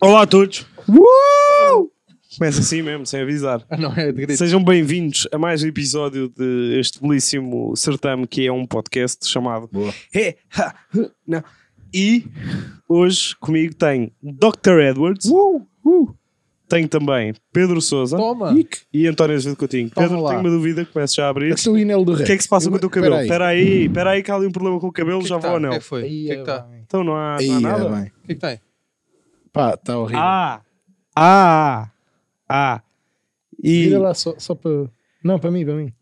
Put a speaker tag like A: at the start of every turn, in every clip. A: Olá a todos.
B: Uh!
A: Começa assim mesmo, sem avisar.
B: Ah, não, é de grito.
A: Sejam bem-vindos a mais um episódio de este belíssimo certame que é um podcast chamado
B: Boa.
A: He, Ha, Hu, Na. E hoje comigo tem Dr. Edwards,
B: Uh, uh.
A: tem também Pedro Souza
B: Toma!
A: e António Azevedo Coutinho.
B: Toma
A: Pedro,
B: lá.
A: tenho uma dúvida, começo já a abrir.
B: Esse é o Inelo do Rei.
A: O que é que se passa
B: Eu-
A: com o teu cabelo?
B: peraí.
A: Espera aí, espera aí que há ali um problema com o cabelo,
C: que
A: já
C: que
A: vou
C: tá?
A: ou não?
C: O que é que foi? O que é que está?
A: Então não há, não há
B: Aí,
A: nada?
B: Tá bem.
C: O que
A: tá
C: é que tem?
B: Pá, está horrível.
A: Ah! Ah! Ah! E,
B: Vira lá só, só para... Não, para mim, para mim.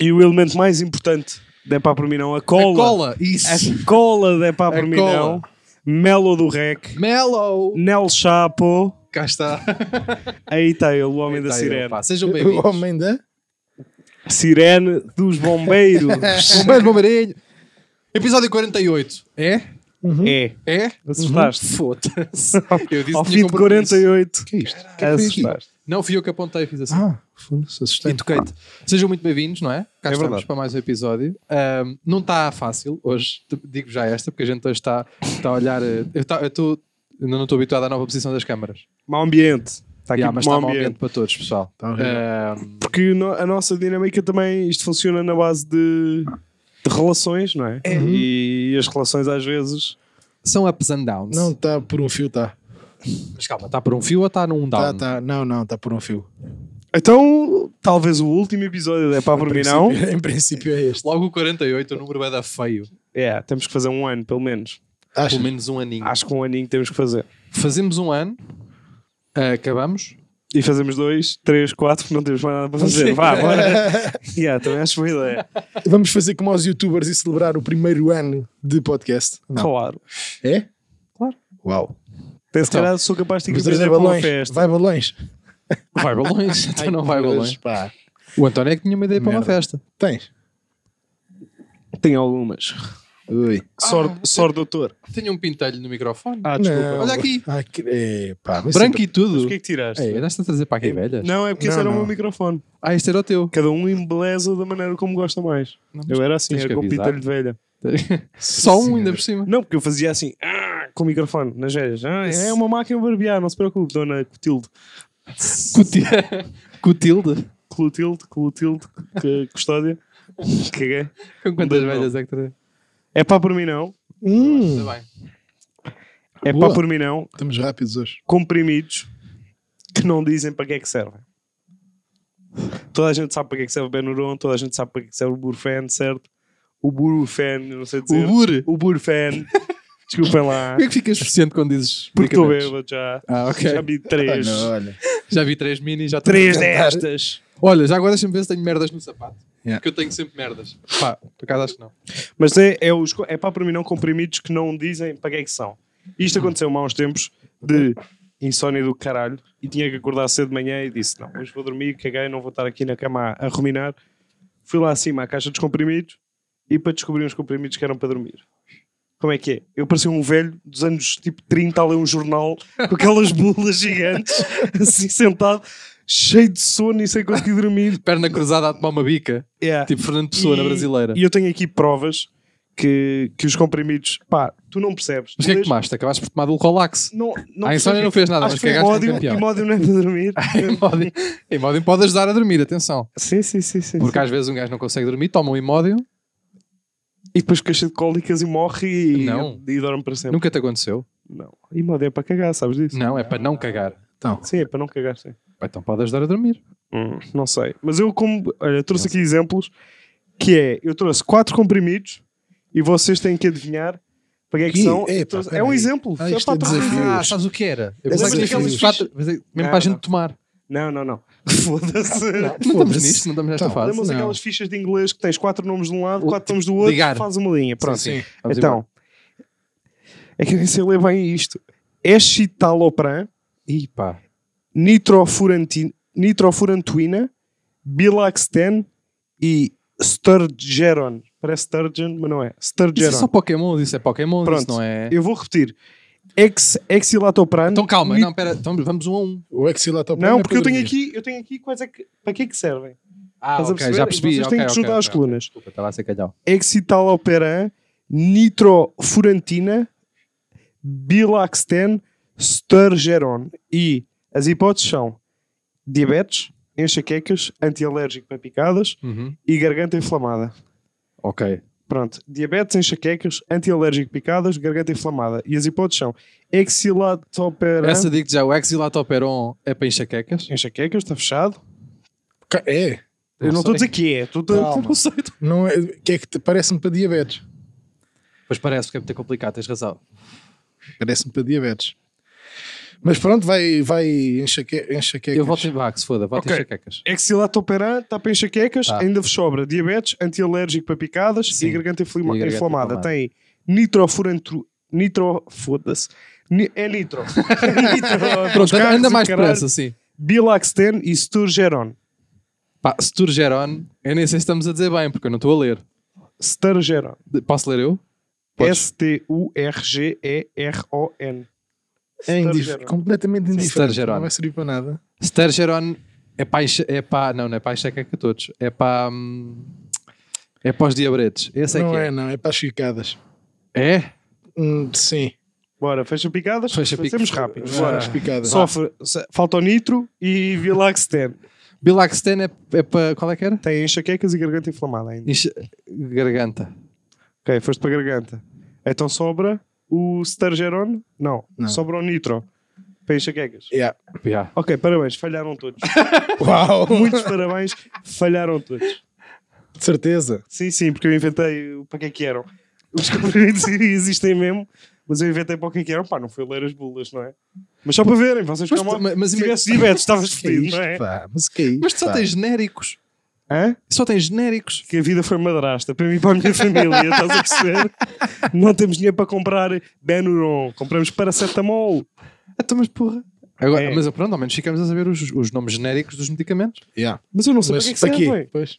A: e o elemento mais importante da Epá por mim não, a
C: A
A: cola.
C: cola! Isso!
A: A cola da Epá
C: A
A: por mim
C: cola.
A: não. Melo do Rec.
C: Mellow!
A: Nel Chapo.
C: Cá está.
A: Aí está ele, o homem da
C: Tá aí,
A: sirene.
C: pá. Sejam
B: O
C: bem-vindos.
B: homem né? da...
A: Sirene dos bombeiros.
C: Bombeiro, bombeirinho. Episódio 48. É?
A: é.
C: É?
A: Acertaste.
C: Foda-se. Eu disse
A: Ao
C: que tinha
A: fim de
C: compromisso.
A: 48.
B: que é isto? O que é que foi isto?
A: Acertaste.
C: Não fui eu que apontei, fiz assim.
B: Ah, foda-se,
C: E
B: assustei.
C: toquei-te. Sejam muito bem-vindos, não é? Cá
A: É
C: estamos
A: verdade.
C: para mais um episódio. Ahm, não está fácil hoje, te- digo já esta, porque a gente hoje está, está a olhar. eh, Eu, tá- eu tô- ainda não estou habituado à nova posição das câmaras.
A: Mau ambiente. Está aqui
C: Yeah,
A: mau
C: mas está mau
A: ambiente.
C: ambiente para todos, pessoal.
B: Tá horrível.
C: Ahm,
A: Porque no- a nossa dinâmica também, isto funciona na base de, de relações, não é? E as relações às vezes.
C: são ups and downs.
B: Não, está por um fio, está.
C: Mas calma, está por um fio ou está num down?
B: Tá, tá. Não, não, está por um fio.
A: Então, talvez o último episódio é da Pá por mim não.
B: Princípio- Em princípio é este.
C: Logo o 48, o número é da feio.
A: É, temos que fazer um ano, pelo menos.
B: Acho.
C: Pelo menos um aninho.
A: Acho que um aninho temos que fazer.
C: Fazemos um ano, ah, acabamos.
A: E fazemos dois, três, quatro, não temos mais nada para fazer. Vá, bora. yeah, também acho boa ideia.
B: Vamos fazer como aos youtubers e celebrar o primeiro ano de podcast. Não.
A: Claro.
B: É?
A: Claro.
B: Uau.
A: Até se
C: Então,
A: calhar sou capaz de ter que
B: Vamos
A: trazer
B: trazer
A: para uma
B: balões.
A: festa.
B: Vai balões.
C: Vai balões, então não vai balões.
B: Pá.
C: O António é que tinha uma ideia para uma
B: Merda.
C: festa.
B: Tens.
A: Tem algumas.
B: Ui.
A: Sorte, sorte, doutor.
C: Tinha um pintelho no microfone.
A: Ah, desculpa.
B: Não.
C: Olha aqui.
B: Ah, que- é, pá, mas
C: Branco
B: sempre-
C: e tudo.
A: O que é que tiraste?
C: É, andaste a trazer para aqui, velha.
A: Não, é porque esse
B: Não,
A: era o
B: não.
A: meu microfone.
C: Ah, este era o teu.
A: Cada um embeleza da maneira como gosta mais.
C: Não, mas
A: Eu era assim,
C: tens
A: era
C: que
A: com
C: avisar.
A: pintelho de velha.
C: Só um
B: Senhor.
C: ainda por cima.
A: Não, porque eu fazia assim, ah, com o microfone, nas velhas. Ah, é uma máquina barbear, não se preocupe, dona Clotilde.
C: Cutilde.
A: Clotilde, Clotilde, que é custódia. Caguei.
C: Com quantas
A: Não.
C: velhas é que trazes?
A: É pá por mim não,
B: Hum,
C: Está bem.
A: é pá
B: Boa.
A: por mim não,
B: estamos rápidos hoje.
A: comprimidos que não dizem para que é que servem. Toda a gente sabe para que é que serve o Benuron, toda a gente sabe para que é que serve o Burfen, certo? O Burfen, eu não sei dizer.
C: O Bure.
A: O Burfen. Desculpem lá.
C: Porquê é que ficas suficiente quando dizes
A: Porque estou bêbado
C: medicamentos?
A: já.
C: Ah, ok.
A: Já vi três.
B: Ah, não, olha.
C: Já vi três mini, já estou
A: Três
C: a tentar.
A: destas.
C: Olha, já agora deixa-me ver se tenho merdas no sapato.
B: Yeah.
C: Porque eu tenho sempre merdas. Pá, por acaso acho que não.
A: Mas é, é, os, co- é pá para mim não comprimidos que não dizem para que é que são. Isto aconteceu-me há uns tempos de insónia do caralho e tinha que acordar cedo de manhã e disse: Não, hoje vou dormir, caguei, não vou estar aqui na cama a, a ruminar. Fui lá acima à caixa dos comprimidos e para descobrir uns comprimidos que eram para dormir. Como é que é? Eu parecia um velho dos anos tipo 30 a ler um jornal com aquelas bolas gigantes, assim sentado, cheio de sono e sem conseguir dormir.
C: Perna cruzada a tomar uma bica.
A: Yeah.
C: Tipo Fernando Pessoa
A: E-
C: na brasileira.
A: E eu tenho aqui provas que, que os comprimidos, pá, tu não percebes.
C: Mas o que é que
A: Lês-
C: tomaste? Acabaste por tomar do Colax.
A: não, não
C: A
A: percebes.
C: insónia não fez nada,
A: Acho
C: mas
A: que foi
C: cagaste em
A: módio,
C: campeão.
A: e módio não é para dormir.
C: Imódio. Imódio pode ajudar a dormir, atenção.
A: sim, sim, sim. sim,
C: Porque
A: sim.
C: às vezes um gajo não consegue dormir, toma um imódio.
A: E depois queixa de cólicas e morre e,
C: tipo Não.
A: e dorme para sempre.
C: Nunca te aconteceu?
A: Não. E módio é para cagar, sabes disso?
C: Não, é para não cagar.
B: Então,
A: Sim, é para não cagar, sim.
C: Pá, Então pode ajudar a dormir.
A: Hum, não sei. Mas eu como, olha, trouxe aqui exemplos que é, eu trouxe quatro comprimidos e vocês têm que adivinhar para que é que
B: Que?
A: são.
B: Epá,
A: Eu trouxe- é
B: peraí.
A: um exemplo.
B: Ah, isto
A: Epá,
B: é
A: trouxe-
B: desafio. Ah,
C: sabes o que era? Eu
B: Mas
C: pensava que
B: daqueles
C: daqueles
A: quatro-
C: quatro. Mesmo
A: Não,
C: para a gente
A: é- Ah, não.
C: tomar.
A: Não, não, não. Foda-se.
C: Não estamos
B: Foda-se.
C: nisto, não estamos nesta
B: Então,
C: fase.
A: Lembram-se
B: Não.
A: aquelas fichas de inglês que tens quatro nomes de um lado,
C: O-
A: quatro nomes do outro,
C: ligar.
A: faz uma linha. Pronto.
C: Sim, sim. Vamos
A: Então,
C: embora.
A: é que eu nem sei ler bem isto. Escitalopram,
C: Ih, pá.
A: nitrofuranti- nitrofurantoína, bilaxten e sturgeon. Parece sturgeon, mas não é.
C: Isso é só
A: Sturgeon.
C: Pokémon, isso é Pokémon,
A: Pronto.
C: isso não é.
A: Eu vou repetir. Ex, exilatopram.
C: Então calma,
A: nit-
C: não, pera, então vamos um a um.
B: o Exilatopram.
A: Não, porque eu tenho aqui, eu tenho aqui quais é que, para que é que servem?
C: Ah,
A: Estás a perceber?
C: já percebi.
A: Vocês têm que juntar as colunas.
C: Desculpa, estava a ser calhau.
A: Exitaloperan, Nitrofurantina, Bilaxten, Sturgeon. E as hipóteses são diabetes, enxaquecas, antialérgico para picadas
C: Uhum.
A: e garganta inflamada.
C: Ok.
A: Pronto, diabetes, enxaquecas, antialérgico picadas, garganta inflamada. E as hipóteses são exilatopera...
C: Essa digo já, o Exilatoperon é para enxaquecas?
A: Enxaquecas, está fechado.
B: Ca- É,
A: Eu não
C: sei.
A: estou a dizer que é. Estou a...
B: Calma.
C: Não sei.
B: não é. Que é que te- parece-me para diabetes.
C: Pois parece que é muito complicado, tens razão.
B: Parece-me para diabetes. Mas pronto, vai, vai enxaque, enxaquecas.
C: Eu voto em Vax, foda, voto
A: Ok.
C: em enxaquecas.
A: Exilatopera, está para enxaquecas,
C: Tá.
A: ainda vos sobra diabetes, antialérgico para picadas
C: Sim.
A: e garganta, inflama-
C: E garganta
A: inflamada.
C: inflamada.
A: Tem nitrofurantro... Nitro... Foda-se. Ni- É nitro. nitro dos
C: Pronto,
A: É, carros e
C: anda
A: o
C: mais
A: caralho.
C: depressa, sim.
A: Bilaxten e Sturgeon.
C: Pá, Sturgeron, eu nem sei se estamos a dizer bem, porque eu não estou a ler.
A: Sturgeon.
C: De- Posso ler eu? Podes.
A: S-T-U-R-G-E-R-O-N.
B: é indif-
A: Sturgeon.
B: completamente indiferente.
C: Sturgeon.
B: Não vai servir para nada.
C: Sturgeron é para, enxa- é para não, não é para enxaqueca todos, é para, hum, é para os diabretes. Esse é
B: não
C: que
B: é, não, é para as chicadas.
C: é. É?
B: Hum, sim, é
A: Bora, fecha picadas.
C: Fecha pic-
A: Fazemos rápido.
C: Ah.
A: Bora.
B: as picadas.
A: Sofre, se- falta o nitro e Vilaxten.
C: Bilaxten é, é para, qual é que era?
A: Tem enxaquecas e garganta inflamada ainda.
C: Enxa- Garganta.
A: Ok, foste para a garganta. Então sobra o Sturgeon? Não,
B: Não.
A: sobra o nitro para enxaquecas.
B: Yeah.
C: Yeah.
A: Ok, parabéns, falharam todos.
B: Uau,
A: Muitos parabéns, falharam todos.
B: de certeza.
A: Sim, sim, porque eu inventei o para que é que eram. Os comprimidos existem mesmo, mas eu inventei para o que é que eram. Pá, não fui ler as bulas, não é? Mas só para verem, vocês
C: Mas
A: calma.
C: tu- mas- mas-
A: se tivesse diabetes, estavas
B: Que é
A: fodido,
B: isto,
A: não é?
B: pá? Mas que é isto?
C: Mas só
B: pá?
C: tem genéricos.
A: Hã?
C: Só tem genéricos.
A: Que a vida foi madrasta para mim e para a minha família, estás a perceber? Não temos dinheiro para comprar Benuron, compramos paracetamol.
C: Então, mas porra. Agora,
A: É.
C: Mas pronto, ao menos ficamos a saber os, os nomes genéricos dos medicamentos.
B: Yeah.
A: Mas eu não sei
B: Mas
A: para que é que
B: para quê?
A: servem.
B: Pois.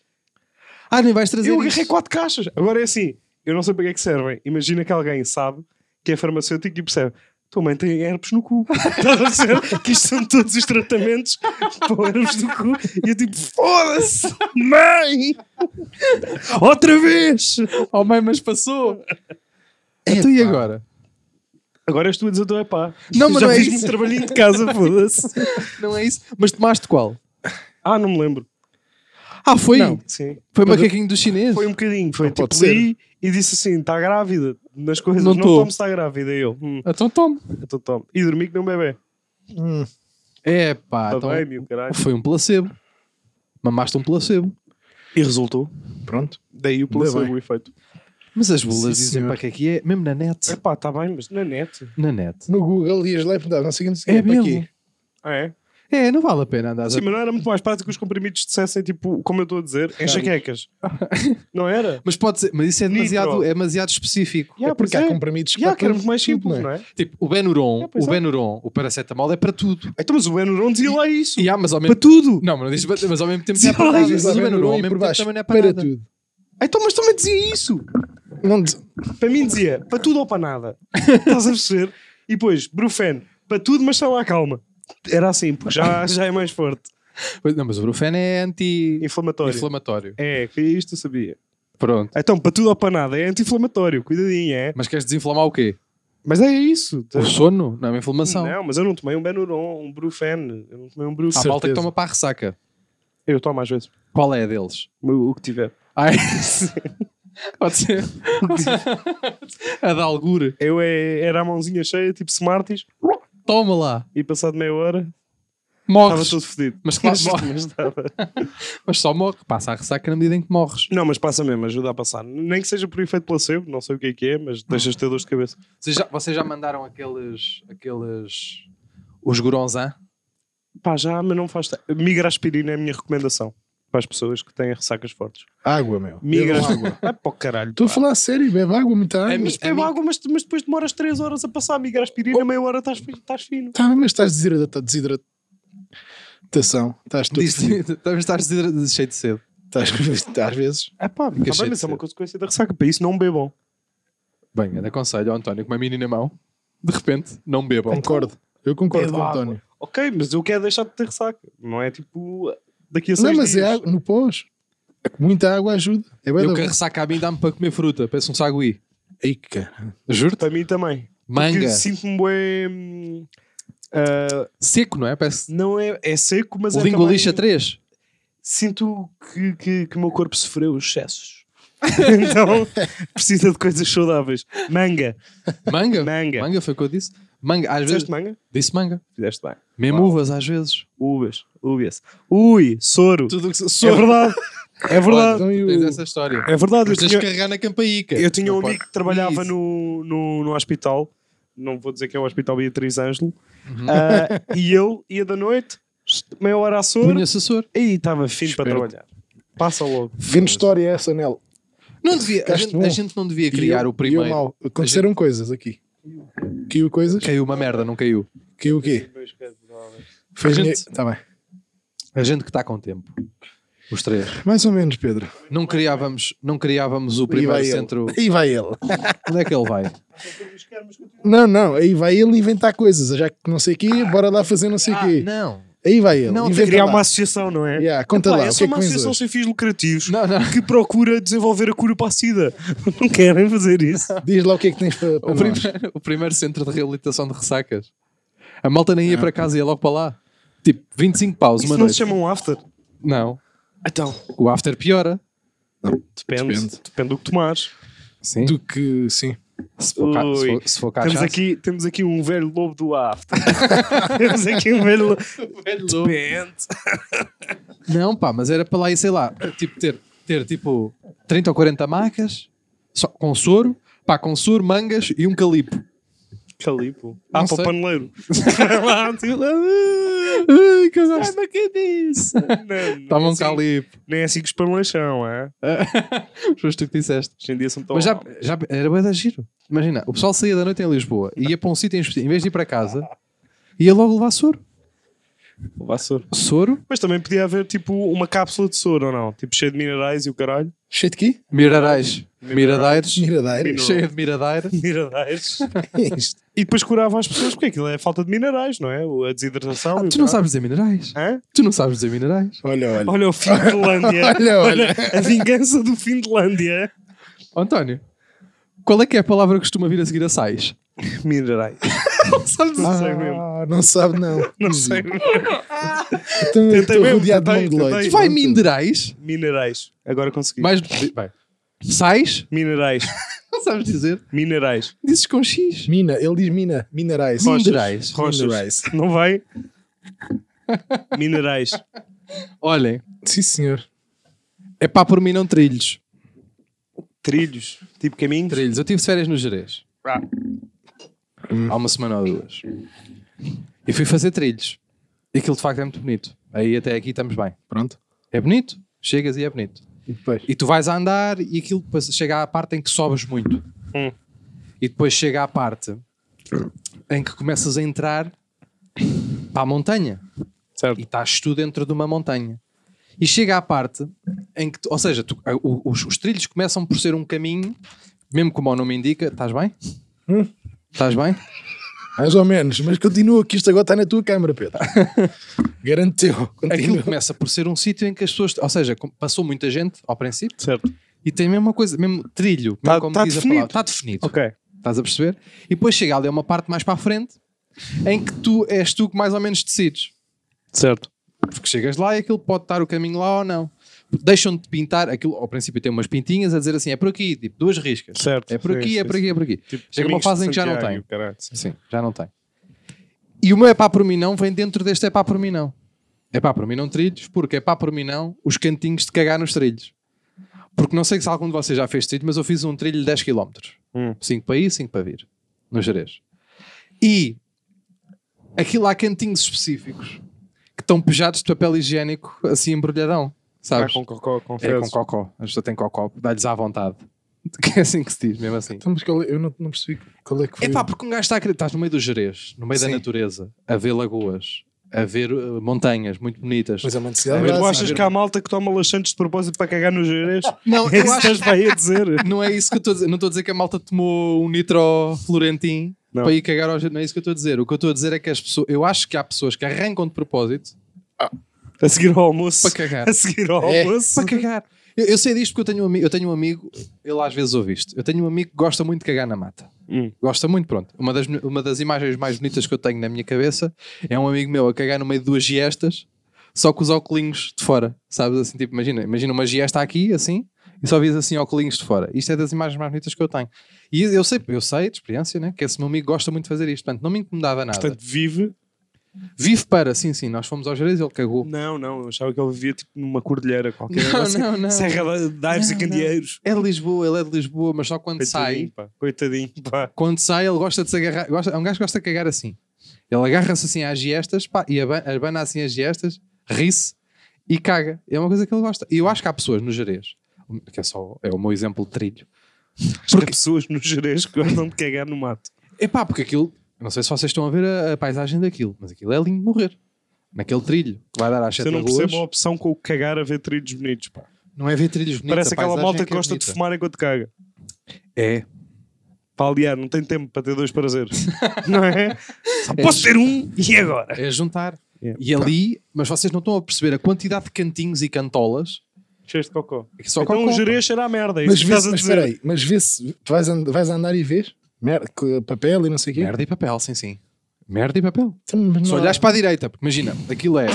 C: Ah, nem vais trazer
A: Eu
C: isso.
A: agarrei quatro caixas. Agora é assim, eu não sei para que é que servem. Imagina que alguém sabe que é farmacêutico e percebe. Tua mãe tem herpes no cu. Estás a perceber que isto são todos os tratamentos para o herpes do cu. E eu tipo, foda-se, mãe! Outra vez! É,
C: Oh mãe, mas passou. Então e agora?
A: Agora és tu a dizer, "Então é pá.
C: Não, mas
A: Já
C: não é
A: fiz
C: isso.
A: um trabalhinho de casa, foda-se.
C: Não é isso? Mas tomaste qual?
A: Ah, não me lembro.
C: Ah, foi,
B: Não.
A: Sim.
C: foi macaquinho do chinês.
A: Foi um bocadinho. Foi
B: Não pode
A: tipo, li e disse assim, está grávida. Nas coisas,
C: Não
A: não, não
C: tô.
A: tomo se está grávida. E eu, hum,
C: Então toma.
A: então tomo. E dormi que não bebê.
B: Hum.
C: É pá,
A: Está
C: então
A: Tá bem, meu caralho.
C: foi um placebo. Mamaste um placebo.
A: E resultou.
B: Pronto.
A: Daí o
B: Ainda
A: placebo efeito.
C: Mas as bolas
B: Sim,
C: dizem
B: senhor.
C: para que é que é, mesmo na net.
A: Epá, está bem, mas na net.
C: Na net.
B: No Google ias lá e perguntava, não sei o que, não sei o
C: É
B: que, para
C: mesmo.
B: quê.
A: Ah, é?
C: É, não vale a pena andar.
A: Sim, mas não era muito mais prático que os comprimidos dissessem, tipo, como eu estou a dizer, enxaquecas. não era?
C: Mas pode ser, mas isso é
A: Nitro.
C: demasiado, é demasiado específico.
A: Yeah,
B: é porque
A: pois
B: há
A: é.
B: comprimidos
A: Já,
B: para
A: que era
B: tudo,
A: muito mais
B: tudo,
A: simples, não é?
C: Tipo, o Benuron,
A: É, pois
C: o
A: é.
C: Benuron, o paracetamol é para tudo.
A: Então, mas o Enron dizia lá isso.
C: E há, mas ao
A: Para
C: mesmo
A: tudo.
C: Não, mas, não diz- mas ao mesmo tempo
A: Sim,
C: é para
A: ela
C: nada.
A: diz
B: Diz
C: Mas
B: lá
C: o Benuron ao
B: Benuron e
C: mesmo
B: por
C: tempo
B: baixo,
C: também não é para
B: para
C: nada.
B: tudo.
A: Então, mas também dizia isso.
B: Não diz-
A: Para mim dizia, para tudo ou para nada. Estás a perceber? E depois, Brufen, para tudo, mas está lá calma. Era assim, porque já, já é mais forte.
C: Pois, Não, mas o Brufen é anti-inflamatório.
A: Inflamatório. é, que isto eu sabia.
C: Pronto.
A: Então, para tudo ou para nada, é anti-inflamatório, cuidadinho, é?
C: Mas queres desinflamar o quê?
A: Mas é isso.
C: O sono? Não é uma inflamação.
A: Não, mas eu não tomei um Benuron, um Brufen, eu não tomei um
C: Há
A: Brufen.
C: Ah, malta que
B: certeza.
C: toma para a ressaca.
A: Eu tomo às vezes.
C: Qual é a deles?
A: O, o que tiver.
C: Ah, é esse? Pode ser. a da Algure.
A: Eu é- era a mãozinha cheia, tipo Smarties,
C: Toma lá.
A: e passado meia hora estava
C: Morres.
A: todo fodido.
C: Mas claro, morre.
A: mas estava.
C: Mas só morre. Passa a ressaca na medida em que morres.
A: Não, mas passa mesmo, ajuda a passar. Nem que seja por efeito placebo, não sei o que é que é, mas deixas de ter dor de cabeça.
C: Vocês já, vocês já mandaram aqueles. aqueles. os Goronzan?
A: Pá, já, mas não faz. ta- Migraspirina é a minha recomendação para as pessoas que têm ressacas fortes.
B: Água, meu.
A: Migra.
B: Bebam água.
A: Ah, pá, caralho.
B: Estou a
A: pá.
B: falar a sério, bebe água, tá- muita água.
C: É mi- Oh.
A: Mas é água, mas, mas depois demoras 3 horas a passar a migraspirina, meia hora estás, fi- estás fino.
B: Tá, mas estás desidrata- desidratação. Estás todo fedido.
C: Talvez estás desidra- cheio de sede.
B: Estás às vezes.
A: É pá, tá
C: Fica
A: bem,
C: cheio
A: mas
C: de
A: é uma
C: sede.
A: consequência da ressaca. Para isso, não bebam.
C: Bem, ainda aconselho ao António com uma mini na mão. De repente, não bebam.
B: Concordo. Eu concordo
A: Beba
B: com o
A: água.
B: António.
A: Ok, mas eu quero deixar de ter ressaca. Não é tipo daqui a seis
B: Não, mas
A: dias.
B: é água no pós. É que Muita água ajuda. É bem
C: Eu
B: da
C: que a ressaca a mim dá-me para comer fruta. Peço um sagui.
B: Ei, cara.
C: Juro-te.
A: Para mim também. Porque
C: Manga.
A: Sinto-me bem. Ah,
C: Seco, não é? Parece
A: não é, é seco, mas
C: o
A: é
C: língua
A: também-
C: lixa 3.
A: Sinto que, que, que o meu corpo sofreu os excessos. então precisa de coisas saudáveis. Manga.
C: Manga?
A: Manga.
C: Manga foi o que eu disse. Manga, às vezes.
A: Fizeste manga?
C: Disse manga.
A: Fizeste bem.
C: Mesmo
A: Uau.
C: uvas, às vezes.
A: Uvas. Uvas. Ui, soro.
B: Tudo o que
A: É verdade. É verdade.
B: Então, e
C: Tens
B: o-
C: essa história.
A: É verdade. Eu
C: Mas tens
A: tinha,
C: de carregar na campaíca.
A: eu tinha um
C: É, Não
A: amigo
C: pode-
A: que trabalhava
C: Isso.
A: no, no, no hospital. Não vou dizer que é o Hospital Beatriz Ângelo. Ah, e ele ia da noite, meia hora a soro,
C: Punha assessor.
A: e estava fino para
B: Esperto.
A: trabalhar. Passa logo.
B: Grande história é essa, Nel.
C: Não devia, a,
B: Ficaste
C: gente,
B: bom.
C: a gente não devia criar
B: E eu-
C: o primeiro.
B: e eu mal. Aconteceram coisas aqui. Caiu coisas?
C: Caiu uma merda, não caiu.
B: Caiu o quê? Foi
C: A gente-
B: Está bem.
C: A gente que está com tempo. Os três.
B: Mais ou menos, Pedro.
C: Não criávamos, não criávamos o
B: Aí
C: primeiro
B: vai
C: centro.
B: ele. Aí vai ele.
C: Onde é que ele vai?
B: Não, não. Aí vai ele inventar coisas. Já que não sei o quê, bora lá fazer não sei o
C: Ah,
B: quê.
C: não.
B: Aí vai ele.
C: Não, tem que
B: Inventa
A: Criar
B: lá.
A: uma associação, não é?
B: Yeah, conta
A: Pá,
B: lá.
A: é
B: O
A: só
B: que é que
A: uma
B: vens
A: associação
B: hoje?
A: sem fins lucrativos
C: Não, não.
A: que procura desenvolver a cura para a SIDA. Não querem fazer isso.
B: Diz lá o que é que tens para, para
C: O
B: nós.
C: primeiro, o primeiro centro de reabilitação de ressacas. A malta nem
B: Ah.
C: ia para casa, ia logo para lá. Tipo, 25 paus
A: Isso
C: uma
A: não se
C: noite.
A: chama um after?
C: Não.
A: Então,
C: O after piora.
A: depende. Depende,
B: Depende.
A: do que tomares.
C: Sim.
B: Do que, sim.
C: Se for, ca- se
A: Ui.
C: for, se for
A: Temos
C: cachaça.
A: aqui, temos aqui um velho lobo do after. temos aqui um velho lobo. Depende.
C: Não, pá, mas era para lá e sei lá, tipo, ter, ter tipo 30 ou 40 macas, só, com soro, pá, com soro, mangas e um calipo.
A: Calipo. Ah,
C: Não
A: para o
C: sei.
A: paneleiro. Vai lá, tipo,
C: Ai, casaste na cabeça.
A: não, não
C: Toma
A: é
C: um
A: assim-
C: calipo.
A: Nem é assim que os paneleiros são, é?
C: Foste tu que disseste.
A: Hoje em dia são tão.
C: Mas já, já era bem da giro. Imagina, o pessoal saía da noite em Lisboa e ia para um sítio em específico, em vez de ir para casa, ia logo levar soro.
A: Vassoura.
C: Soro,
A: Mas também podia haver tipo uma cápsula de soro ou não? Tipo cheia de minerais e o caralho.
B: Cheio de quê?
C: mirarais, miradeiros,
B: Miradeira.
C: cheia de miradeira.
A: Tá Minerais.
B: É isto.
A: E depois curava as pessoas, porque aquilo é falta de minerais, não é? A desidratação. e o
C: Tu não
A: caralho.
C: sabes dizer minerais.
A: Hã?
C: Tu não sabes dizer minerais.
B: Olha, olha.
A: Olha o Finlândia.
B: Olha, olha.
A: A vingança do Finlândia.
C: Ó, António, qual é que é a palavra que costuma vir a seguir a sais?
A: Minerais. não sabes não sei mesmo.
B: Ah, não sabe, não.
A: Não sei mesmo.
B: Então,
A: Tentei
B: estou
A: mesmo,
B: rodeado de
A: tentei,
B: mongoloides.
A: tentei.
C: Vai
B: Pronto.
C: minerais?
A: Minerais. Agora consegui.
C: Mais. Bem. Sais?
A: Minerais.
C: Não sabes dizer.
A: Minerais.
C: Dizes com X.
B: Mina, ele diz mina. Minerais.
C: Rochas. Minerais.
A: Rochas.
B: Minerais.
A: Não vai? Minerais.
C: Olhem,
B: Sim, senhor.
C: é pá por mim não trilhos.
A: Trilhos. Tipo caminhos.
C: Trilhos. Eu tive férias no Jerez.
A: Ah.
C: Há uma semana ou duas. E fui fazer trilhos. E aquilo de facto é muito bonito. Aí até aqui estamos bem.
B: Pronto.
C: É bonito? Chegas e é bonito.
B: E depois?
C: E tu vais a andar e aquilo depois chega à parte em que sobes muito.
A: Hum.
C: E depois chega à parte em que começas a entrar para a montanha.
A: Certo.
C: E estás tu dentro de uma montanha. E chega à parte em que, tu- ou seja, tu- a- o- os, os trilhos começam por ser um caminho, mesmo como o nome indica, estás bem?
B: Hum.
C: Estás bem?
B: Mais ou menos. Mas continua, que isto agora está na tua câmara, Pedro. Garanteu.
C: Aquilo
B: Continua.
C: começa por ser um sítio em que as pessoas, ou seja, com- passou muita gente ao princípio
A: Certo.
C: e tem mesmo uma coisa, mesmo trilho,
A: Tá-
C: mesmo como
A: tá
C: diz
A: definido.
C: a palavra, está definido.
A: Ok.
C: Estás a perceber? E depois chega ali a uma parte mais para a frente em que tu és tu que mais ou menos decides.
A: Certo.
C: Porque chegas lá e aquilo pode estar o caminho lá ou não. Deixam-te de pintar, aquilo ao princípio tem umas pintinhas a dizer assim: é por aqui, tipo, duas riscas.
A: Certo.
C: É por
A: Sim,
C: aqui, é
A: sim,
C: por aqui, é por aqui.
A: Tipo,
C: Chega uma
A: caminhos
C: fase
A: de
C: em que já não
A: Santiago,
C: tem.
A: caralho.
C: Sim, já não tem. E o meu é pá por mim não vem dentro deste é pá por mim não. É pá por mim não trilhos, porque é pá por mim não os cantinhos de cagar nos trilhos. Porque não sei se algum de vocês já fez trilho, mas eu fiz um trilho de 10 km.
A: Hum.
C: 5 para ir, 5 para vir. No Jerez. E aquilo há cantinhos específicos que estão pejados de papel higiênico assim embrulhadão.
A: Ah,
C: Sabes?
A: com cocó,
C: é com
A: confesso.
C: cocó. A pessoa tem cocó, dá-lhes à vontade. Que é assim que se diz, mesmo assim.
B: Então, mas qual é- eu não, não percebi qual é que foi.
C: É pá, porque um gajo está a querer. Estás no meio do Jerez, no meio
B: Sim.
C: da natureza, a ver lagoas, a ver uh, montanhas muito bonitas.
B: Pois é, uma
C: É,
B: necessidade.
A: Mas tu
C: Sim.
A: achas que há malta que toma laxantes de propósito para cagar nos gerês? É
C: Não,
A: isso
C: eu
A: que estás
C: acho.
A: para aí a dizer.
C: Não é isso que eu estou a dizer. Não estou a dizer que a malta tomou um nitro florentim
A: Não.
C: para ir cagar ao Jerez. Não é isso que eu estou a dizer. O que eu estou a dizer é que as pessoas. Eu acho que há pessoas que arrancam de propósito
A: A seguir ao almoço.
C: para cagar.
A: A seguir ao
B: É.
A: almoço.
C: Para cagar. Eu, eu sei disto porque eu tenho, um ami- eu tenho um amigo, ele às vezes ouve isto. Eu tenho um amigo que gosta muito de cagar na mata.
A: Hum.
C: Gosta muito, pronto. Uma das, uma das imagens mais bonitas que eu tenho na minha cabeça é um amigo meu a cagar no meio de duas giestas, só com os óculos de fora. Sabes assim, tipo, imagina, imagina uma giesta aqui, assim, e só vias assim óculos de fora. Isto é das imagens mais bonitas que eu tenho. E eu sei, eu sei de experiência, né? Que esse meu amigo gosta muito de fazer isto, portanto, não me incomodava nada.
A: Portanto, vive.
C: Vive para, sim, sim, nós fomos aos Jerez e ele cagou.
A: Não, não, eu achava que ele vivia tipo numa cordilheira qualquer.
C: Não,
A: Uma se-
C: não, não.
A: Serra de- de Aires e
C: Não,
A: Candeeiros.
C: É de Lisboa, ele é de Lisboa, mas só quando sai.
A: Coitadinho, pá. Coitadinho, pá.
C: Quando sai, ele gosta de se agarrar. Gosta, é um gajo que gosta de cagar assim. Ele agarra-se assim às gestas pá, e aban- abana assim as gestas, ri-se e caga. É uma coisa que ele gosta. E eu acho que há pessoas no Jerez, que é só é o meu exemplo de trilho.
A: Acho que há pessoas no Jerez que gostam de cagar no mato.
C: É pá, porque aquilo, eu não sei se vocês estão a ver a, a paisagem daquilo, mas aquilo é lindo de morrer. Naquele trilho que vai dar às
A: Você
C: sete da
A: não percebe a
C: rua.
A: opção com o cagar a ver trilhos bonitos, pá.
C: Não é ver trilhos bonitos.
A: Parece
C: a
A: aquela
C: paisagem
A: malta
C: é
A: que gosta de
C: bonita.
A: fumar enquanto caga.
C: É,
A: Para aliar, não tem tempo para ter dois prazeres. não é? Só posso ter um e agora?
C: é juntar.
A: Yeah.
C: E ali, mas vocês não estão a perceber a quantidade de cantinhos e cantolas.
A: Cheio de cocô.
C: É que só
A: então
C: cocó,
A: o
C: pá.
A: Jerez será merda. é
B: Mas
A: isso que
B: vê
A: estás a
B: mas
A: dizer.
B: espera aí, mas vê se tu vais, and- vais andar e vês Merda, que- papel e não sei o quê.
C: Merda e papel, sim, sim. Merda e papel.
B: Então, mas
C: Se
B: não-
C: olhares para a direita, porque imagina, aquilo é.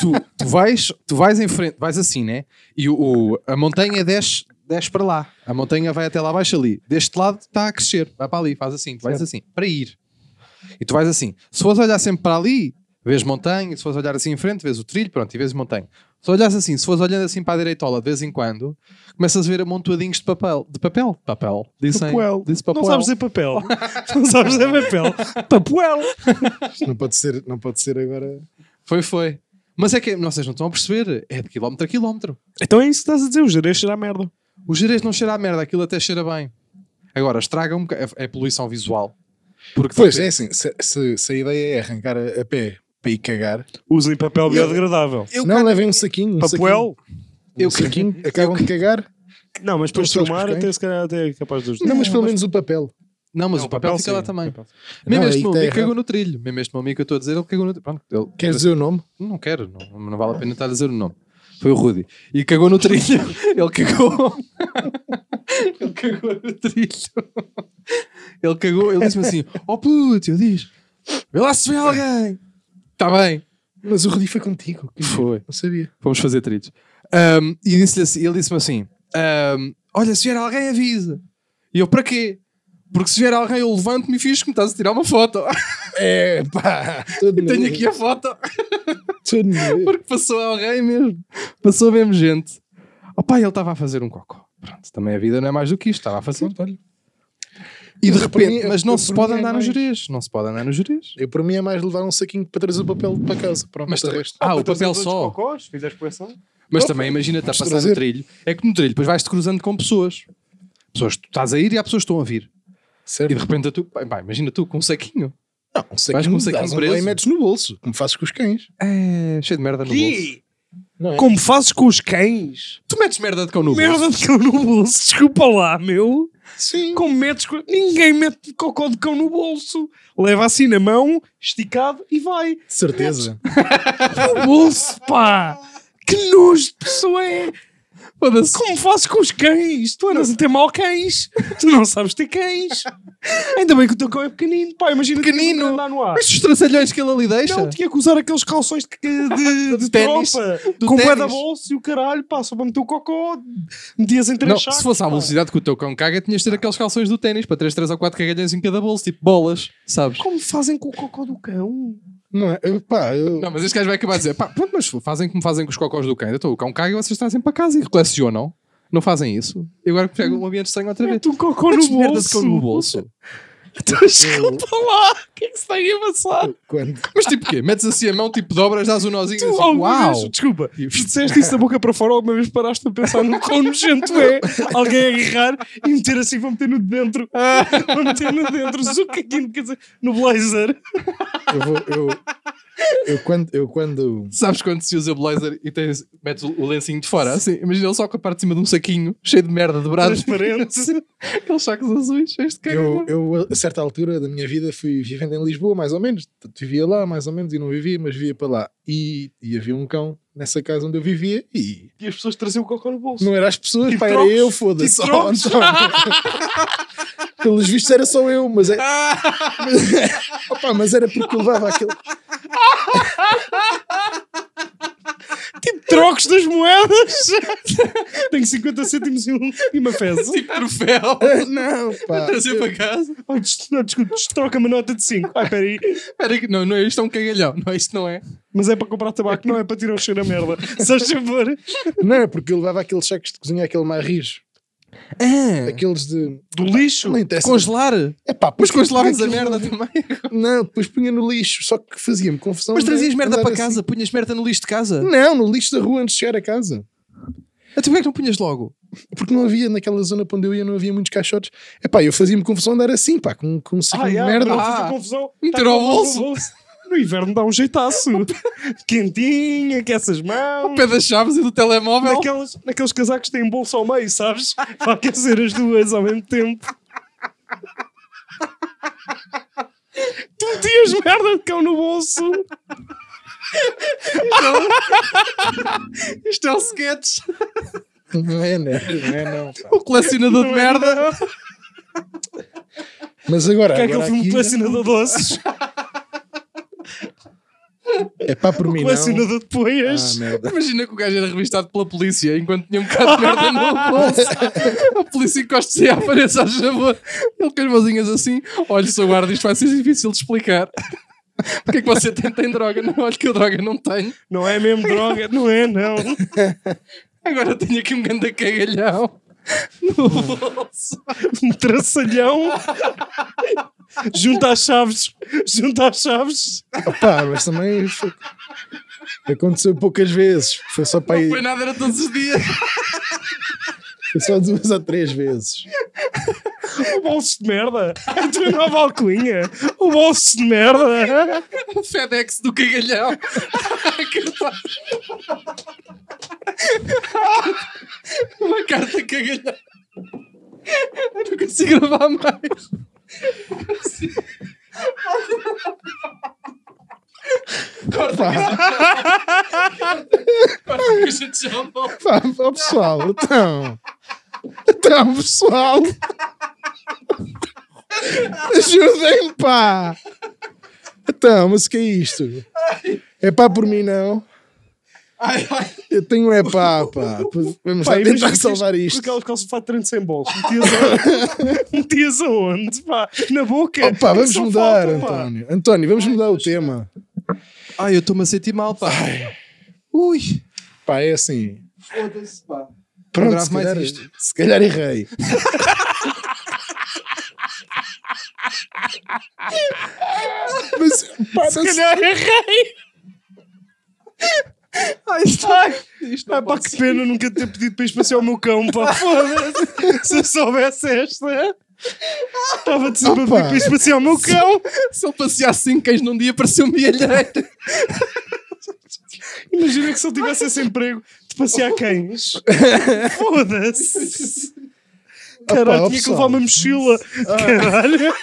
C: Tu, tu vais, tu vais em frente, vais assim, né? E o, o- a montanha desce, desce para lá. A montanha vai até lá, baixa ali. Deste lado está a crescer, vai para ali, faz assim, tu vais assim, para ir. E tu vais assim. Se fores olhar sempre para ali, vês montanha, se fores olhar assim em frente, vês o trilho, pronto, e vês montanha. Se olhares assim, se fores olhando assim para a direitola de vez em quando, começas a ver amontoadinhos de papel. De papel? Papel. Disse,
A: Papuel.
C: disse papel.
A: Não sabes dizer papel. não sabes dizer papel. Papuel.
B: Não pode ser, não pode ser agora.
C: Foi, foi. Mas é que vocês não estão a perceber. É de quilómetro a quilómetro.
A: Então é isso que estás a dizer. O Jerez será merda.
C: O Jerez não cheira a merda, aquilo até cheira bem. Agora, estraga um bocado. É, é poluição visual. Porque
B: Pois é assim, se, se- se a ideia é arrancar a, a pé para ir cagar,
A: Usem papel biodegradável.
C: Eu,
B: não
C: quero-
B: levem um saquinho. Um saquinho,
A: Papuel.
B: um
C: eu quero-
B: saquinho acabam de cagar.
A: Não, mas depois de
B: Então, sabes
A: filmar,
B: porquê?
A: até se calhar até é capaz de ajudar.
B: Não, mas pelo menos o papel.
C: Não, mas
A: Não,
C: o papel,
A: papel
C: fica
A: sim,
C: lá também.
A: papel.
C: Mesmo
B: Não,
C: este
B: aí
C: meu
B: tá
C: amigo
B: errado.
C: cagou no trilho. Mesmo este meu amigo que eu estou a dizer, ele cagou no trilho. Pronto, ele-
B: Queres dizer o nome?
C: Não quero, não, não vale a pena estar a dizer o nome. Foi o Rudy. E cagou no trilho. Ele cagou. ele cagou no trilho. Ele cagou, ele disse-me assim: Oh puto, eu disse, vê lá se vê alguém. Está bem.
B: Mas o Rudi foi contigo. que giro.
C: Foi.
B: Não sabia.
C: Fomos fazer trilhos. Ahm, e disse-lhe assim- ele disse-me assim: ahm, Olha, se vier alguém, avisa. E eu, para quê? Porque se vier alguém, eu levanto-me e fiz que me estás a tirar uma foto.
B: É pá. Todo
C: Tenho
B: maluco,
C: aqui a foto.
B: todo maluco.
C: Porque passou alguém mesmo. Passou mesmo gente. Opa, ele estava a fazer um cocó. Pronto, também a vida não é mais do que isto. Estava a fazer. E de
B: Eu, por
C: repente,
B: mim,
C: mas
B: eu,
C: não
B: por
C: se
B: mim,
C: pode
B: é
C: andar no
B: mais-
C: Jerez. Não se pode andar no Jerez.
B: Eu, para mim, é mais levar um saquinho para trazer o papel para casa. Pronto,
C: Mas
B: de
C: tra-
B: resto.
C: Ah, o papel só.
A: Então Cocós, fizeste coleção?
C: Mas também imagina, está a
B: Mas
C: passar
B: trazer.
C: no trilho. É que no trilho depois vais-te cruzando com pessoas. Pessoas que tu estás a ir e há pessoas que estão a vir. E de
B: Certo.
C: repente tu, pá, pá, imagina tu com um saquinho.
B: Não, um
C: Vais
B: saquinho,
C: com um
B: um
C: saquinho
B: dás um
C: preso.
B: bem e metes no bolso, como fazes com os cães.
C: É, cheio de merda no bolso.
B: Não é?
A: Como fazes com os cães?
C: Tu metes merda de cão no bolso.
A: Merda de cão no bolso, desculpa lá, meu.
B: Sim.
A: Como metes. co- Ninguém mete cocó de cão no bolso. Leva assim na mão, esticado e vai.
B: De certeza.
A: No bolso, pá! Que nojo de pessoa é!
C: Foda-se.
A: Como fazes com os cães? Tu andas a ter mal cães! Tu não sabes ter cães! Ainda bem que o teu cão é pequenino, pá! Imagina
C: Pequenino.
A: que andar no ar!
C: Mas os traçalhões que ele ali deixa.
A: Não, tinha que usar aqueles calções de, de, de
C: Ténis.
A: trompa,
C: Do
A: com
C: ténis.
A: pé da bolsa e o caralho, pá, só para meter o cocó, medias em três
C: Não,
A: sacos,
C: se fosse à
A: pá.
C: velocidade que o teu cão caga, tinhas de ter aqueles calções do ténis para 3, 3 ou 4 cagalhões em cada bolso, tipo bolas, sabes?
A: Como fazem com o cocó do cão?
B: Não é? Eu, pá, eu...
C: Não, mas este gajo vai acabar a dizer, pá, pronto, mas fazem como fazem com os cocós do cão. Então o cão caga e vocês trazem para casa e colecionam. Não fazem isso. E agora que pegam um ambiente estranho outra vez.
A: Mete um cocó no
C: Metes merda de
A: bolso!
C: cão no bolso.
A: Então, Desculpa lá! O que é que se tem a passar?
B: Quando...
C: Mas tipo o quê? Metes assim a mão, tipo dobras, dás um nozinho
A: Tu
C: assim,
A: alguma
C: uau!
A: vez, desculpa, se disseste isso da boca para fora, alguma vez paraste a pensar no quão nojento é alguém agarrar e meter assim, vou meter no de dentro,
C: Ah.
A: vou meter no de dentro, zucaquinho, quer dizer, no blazer.
B: Eu vou, eu, Eu quando, eu quando.
C: Sabes quando se usa blazer e tens, metes o o lencinho de fora? Assim, imagina ele só com a parte de cima de um saquinho cheio de merda dobrado.
A: Transparente.
C: Aqueles sacos azuis cheios de cagar.
B: Eu, eu, a certa altura da minha vida, fui vivendo em Lisboa, mais ou menos. Portanto, Vivia lá, mais ou menos, e não vivia, mas vivia para lá. E, e havia um cão nessa casa onde eu vivia e
A: E as pessoas traziam o cocô no bolso.
B: não era as pessoas,
A: Tipo
B: pá, era
A: trocos?
B: eu, foda-se.
A: Tipo
B: Oh,
A: trocos?
B: António. Pelos vistos era só eu, mas é. Opa, mas era porque eu levava aquele.
A: Tipo trocos das moedas. Tenho 50 cêntimos e, um, e uma fezes.
C: tipo troféu.
B: Não, pá.
C: Trazer para casa.
A: Oh, des- não, desculpa, des- troca-me a nota de 5. Ah, espera aí.
C: Espera aí, que- não, não, isto é um cagalhão. Não, isto não é.
A: Mas é para comprar tabaco, não é para tirar o cheiro a merda. Se faz favor.
B: Não, era porque eu levava aqueles sacos de cozinha, aquele marris.
C: Ah,
B: Aqueles de.
A: Do lixo.
B: Não interessa.
C: congelar.
B: É pá,
C: Então, Mas
B: porque-
C: congelavas a
B: aquilo-
C: merda também. é.
B: Não, depois punha no lixo, só que fazia-me confusão.
C: Mas trazias
B: andar-
C: merda
B: andar
C: para
B: assim.
C: casa, punhas merda no lixo de casa.
B: Não, no lixo da rua antes de chegar a casa.
C: Então porquê é que não punhas logo?
B: Porque não havia, naquela zona para onde eu ia, não havia muitos caixotes. É pá, eu fazia-me confusão andar assim, pá, com, com um saco
A: Ah,
B: de
A: é,
B: merda.
A: para não fazer
C: Ah,
A: confusão.
C: meter
A: Tá com
C: ao
A: a mão
C: bolso.
A: no No inverno dá um jeitaço. Quentinha, que essas mãos.
C: Pé das chaves e do telemóvel.
A: Naquelas, naqueles casacos que têm bolso ao meio, sabes? Para aquecer as duas ao mesmo tempo. Tu metias merda de cão no bolso.
C: Isto é um sketch.
B: Não é, não é, não, é, não pá.
C: O colecionador
A: é
C: de merda.
B: Mas agora.
A: Que é aquele
B: agora
A: filme
B: aqui,
A: colecionador de doces.
B: é pá, por mim. Não.
A: Colecionador de poias.
B: Ah, merda.
C: Imagina que o gajo era revistado pela polícia enquanto tinha um bocado de merda no bolso. A polícia encosta-se à parede, faz favor. Ele com as mãozinhas assim. Olha, seu guarda, isto vai ser difícil de explicar. Porque é que você tem, tem droga? Não, olha que eu droga não tenho.
A: Não é mesmo droga? Não é, não.
C: Agora tenho aqui um grande cagalhão no bolso.
A: Um traçalhão. Junta as chaves. Junta as chaves.
B: Pá, mas também. foi- Aconteceu poucas vezes. Foi só para aí.
C: Foi nada, era todos os dias.
B: Foi só duas ou três vezes.
A: O bolso de merda. É A tua nova alcunha. O bolso de merda.
C: O É um FedEx do cagalhão. Uma carta cagalhão. Eu não consigo gravar mais. Não consigo. Corta que- Corta que a gente já volta.
B: Pá, ó, pessoal, então. Então, pessoal. Ajudem-me, pá. Então, mas o que é isto? É pá por mim, não.
C: Ai, ai.
B: Eu tenho um é pá, pá. Vamos lá
A: imagina
B: tentar
A: que
B: salvar
A: tens-
B: isto.
A: Porque elas calçam fato de treino sem bolso. Metias aonde? Metias aonde? Pá, na boca.
B: Opa, vamos
A: Só
B: mudar, então.
A: falta, pá.
B: António. António, vamos mudar o tema.
C: Ai, eu estou-me a sentir mal, pá. Ui.
B: Pá, é assim.
C: Foda-se, pá.
B: Pronto,
C: grave
B: se
C: mais
B: calhar, é
C: isto.
B: se calhar errei. Mas, pá, tá
A: Se calhar É errei.
C: Ai, está. Isto não
A: Ah, pá,
C: pode
A: que pena nunca ter pedido para espaciar o meu cão, pá, foda-se. Se eu soubesse esta, estava-te sempre a
B: Opa.
A: pedir para espaciar o meu cão.
C: Se ele passeasse 5 cães num dia, parecia um milheiro.
A: Imagina que se ele tivesse esse emprego de passear cães. Foda-se. Caralho,
B: Opa, Ah. ó,
A: tinha que
B: pessoal.
A: levar uma mochila. Caralho.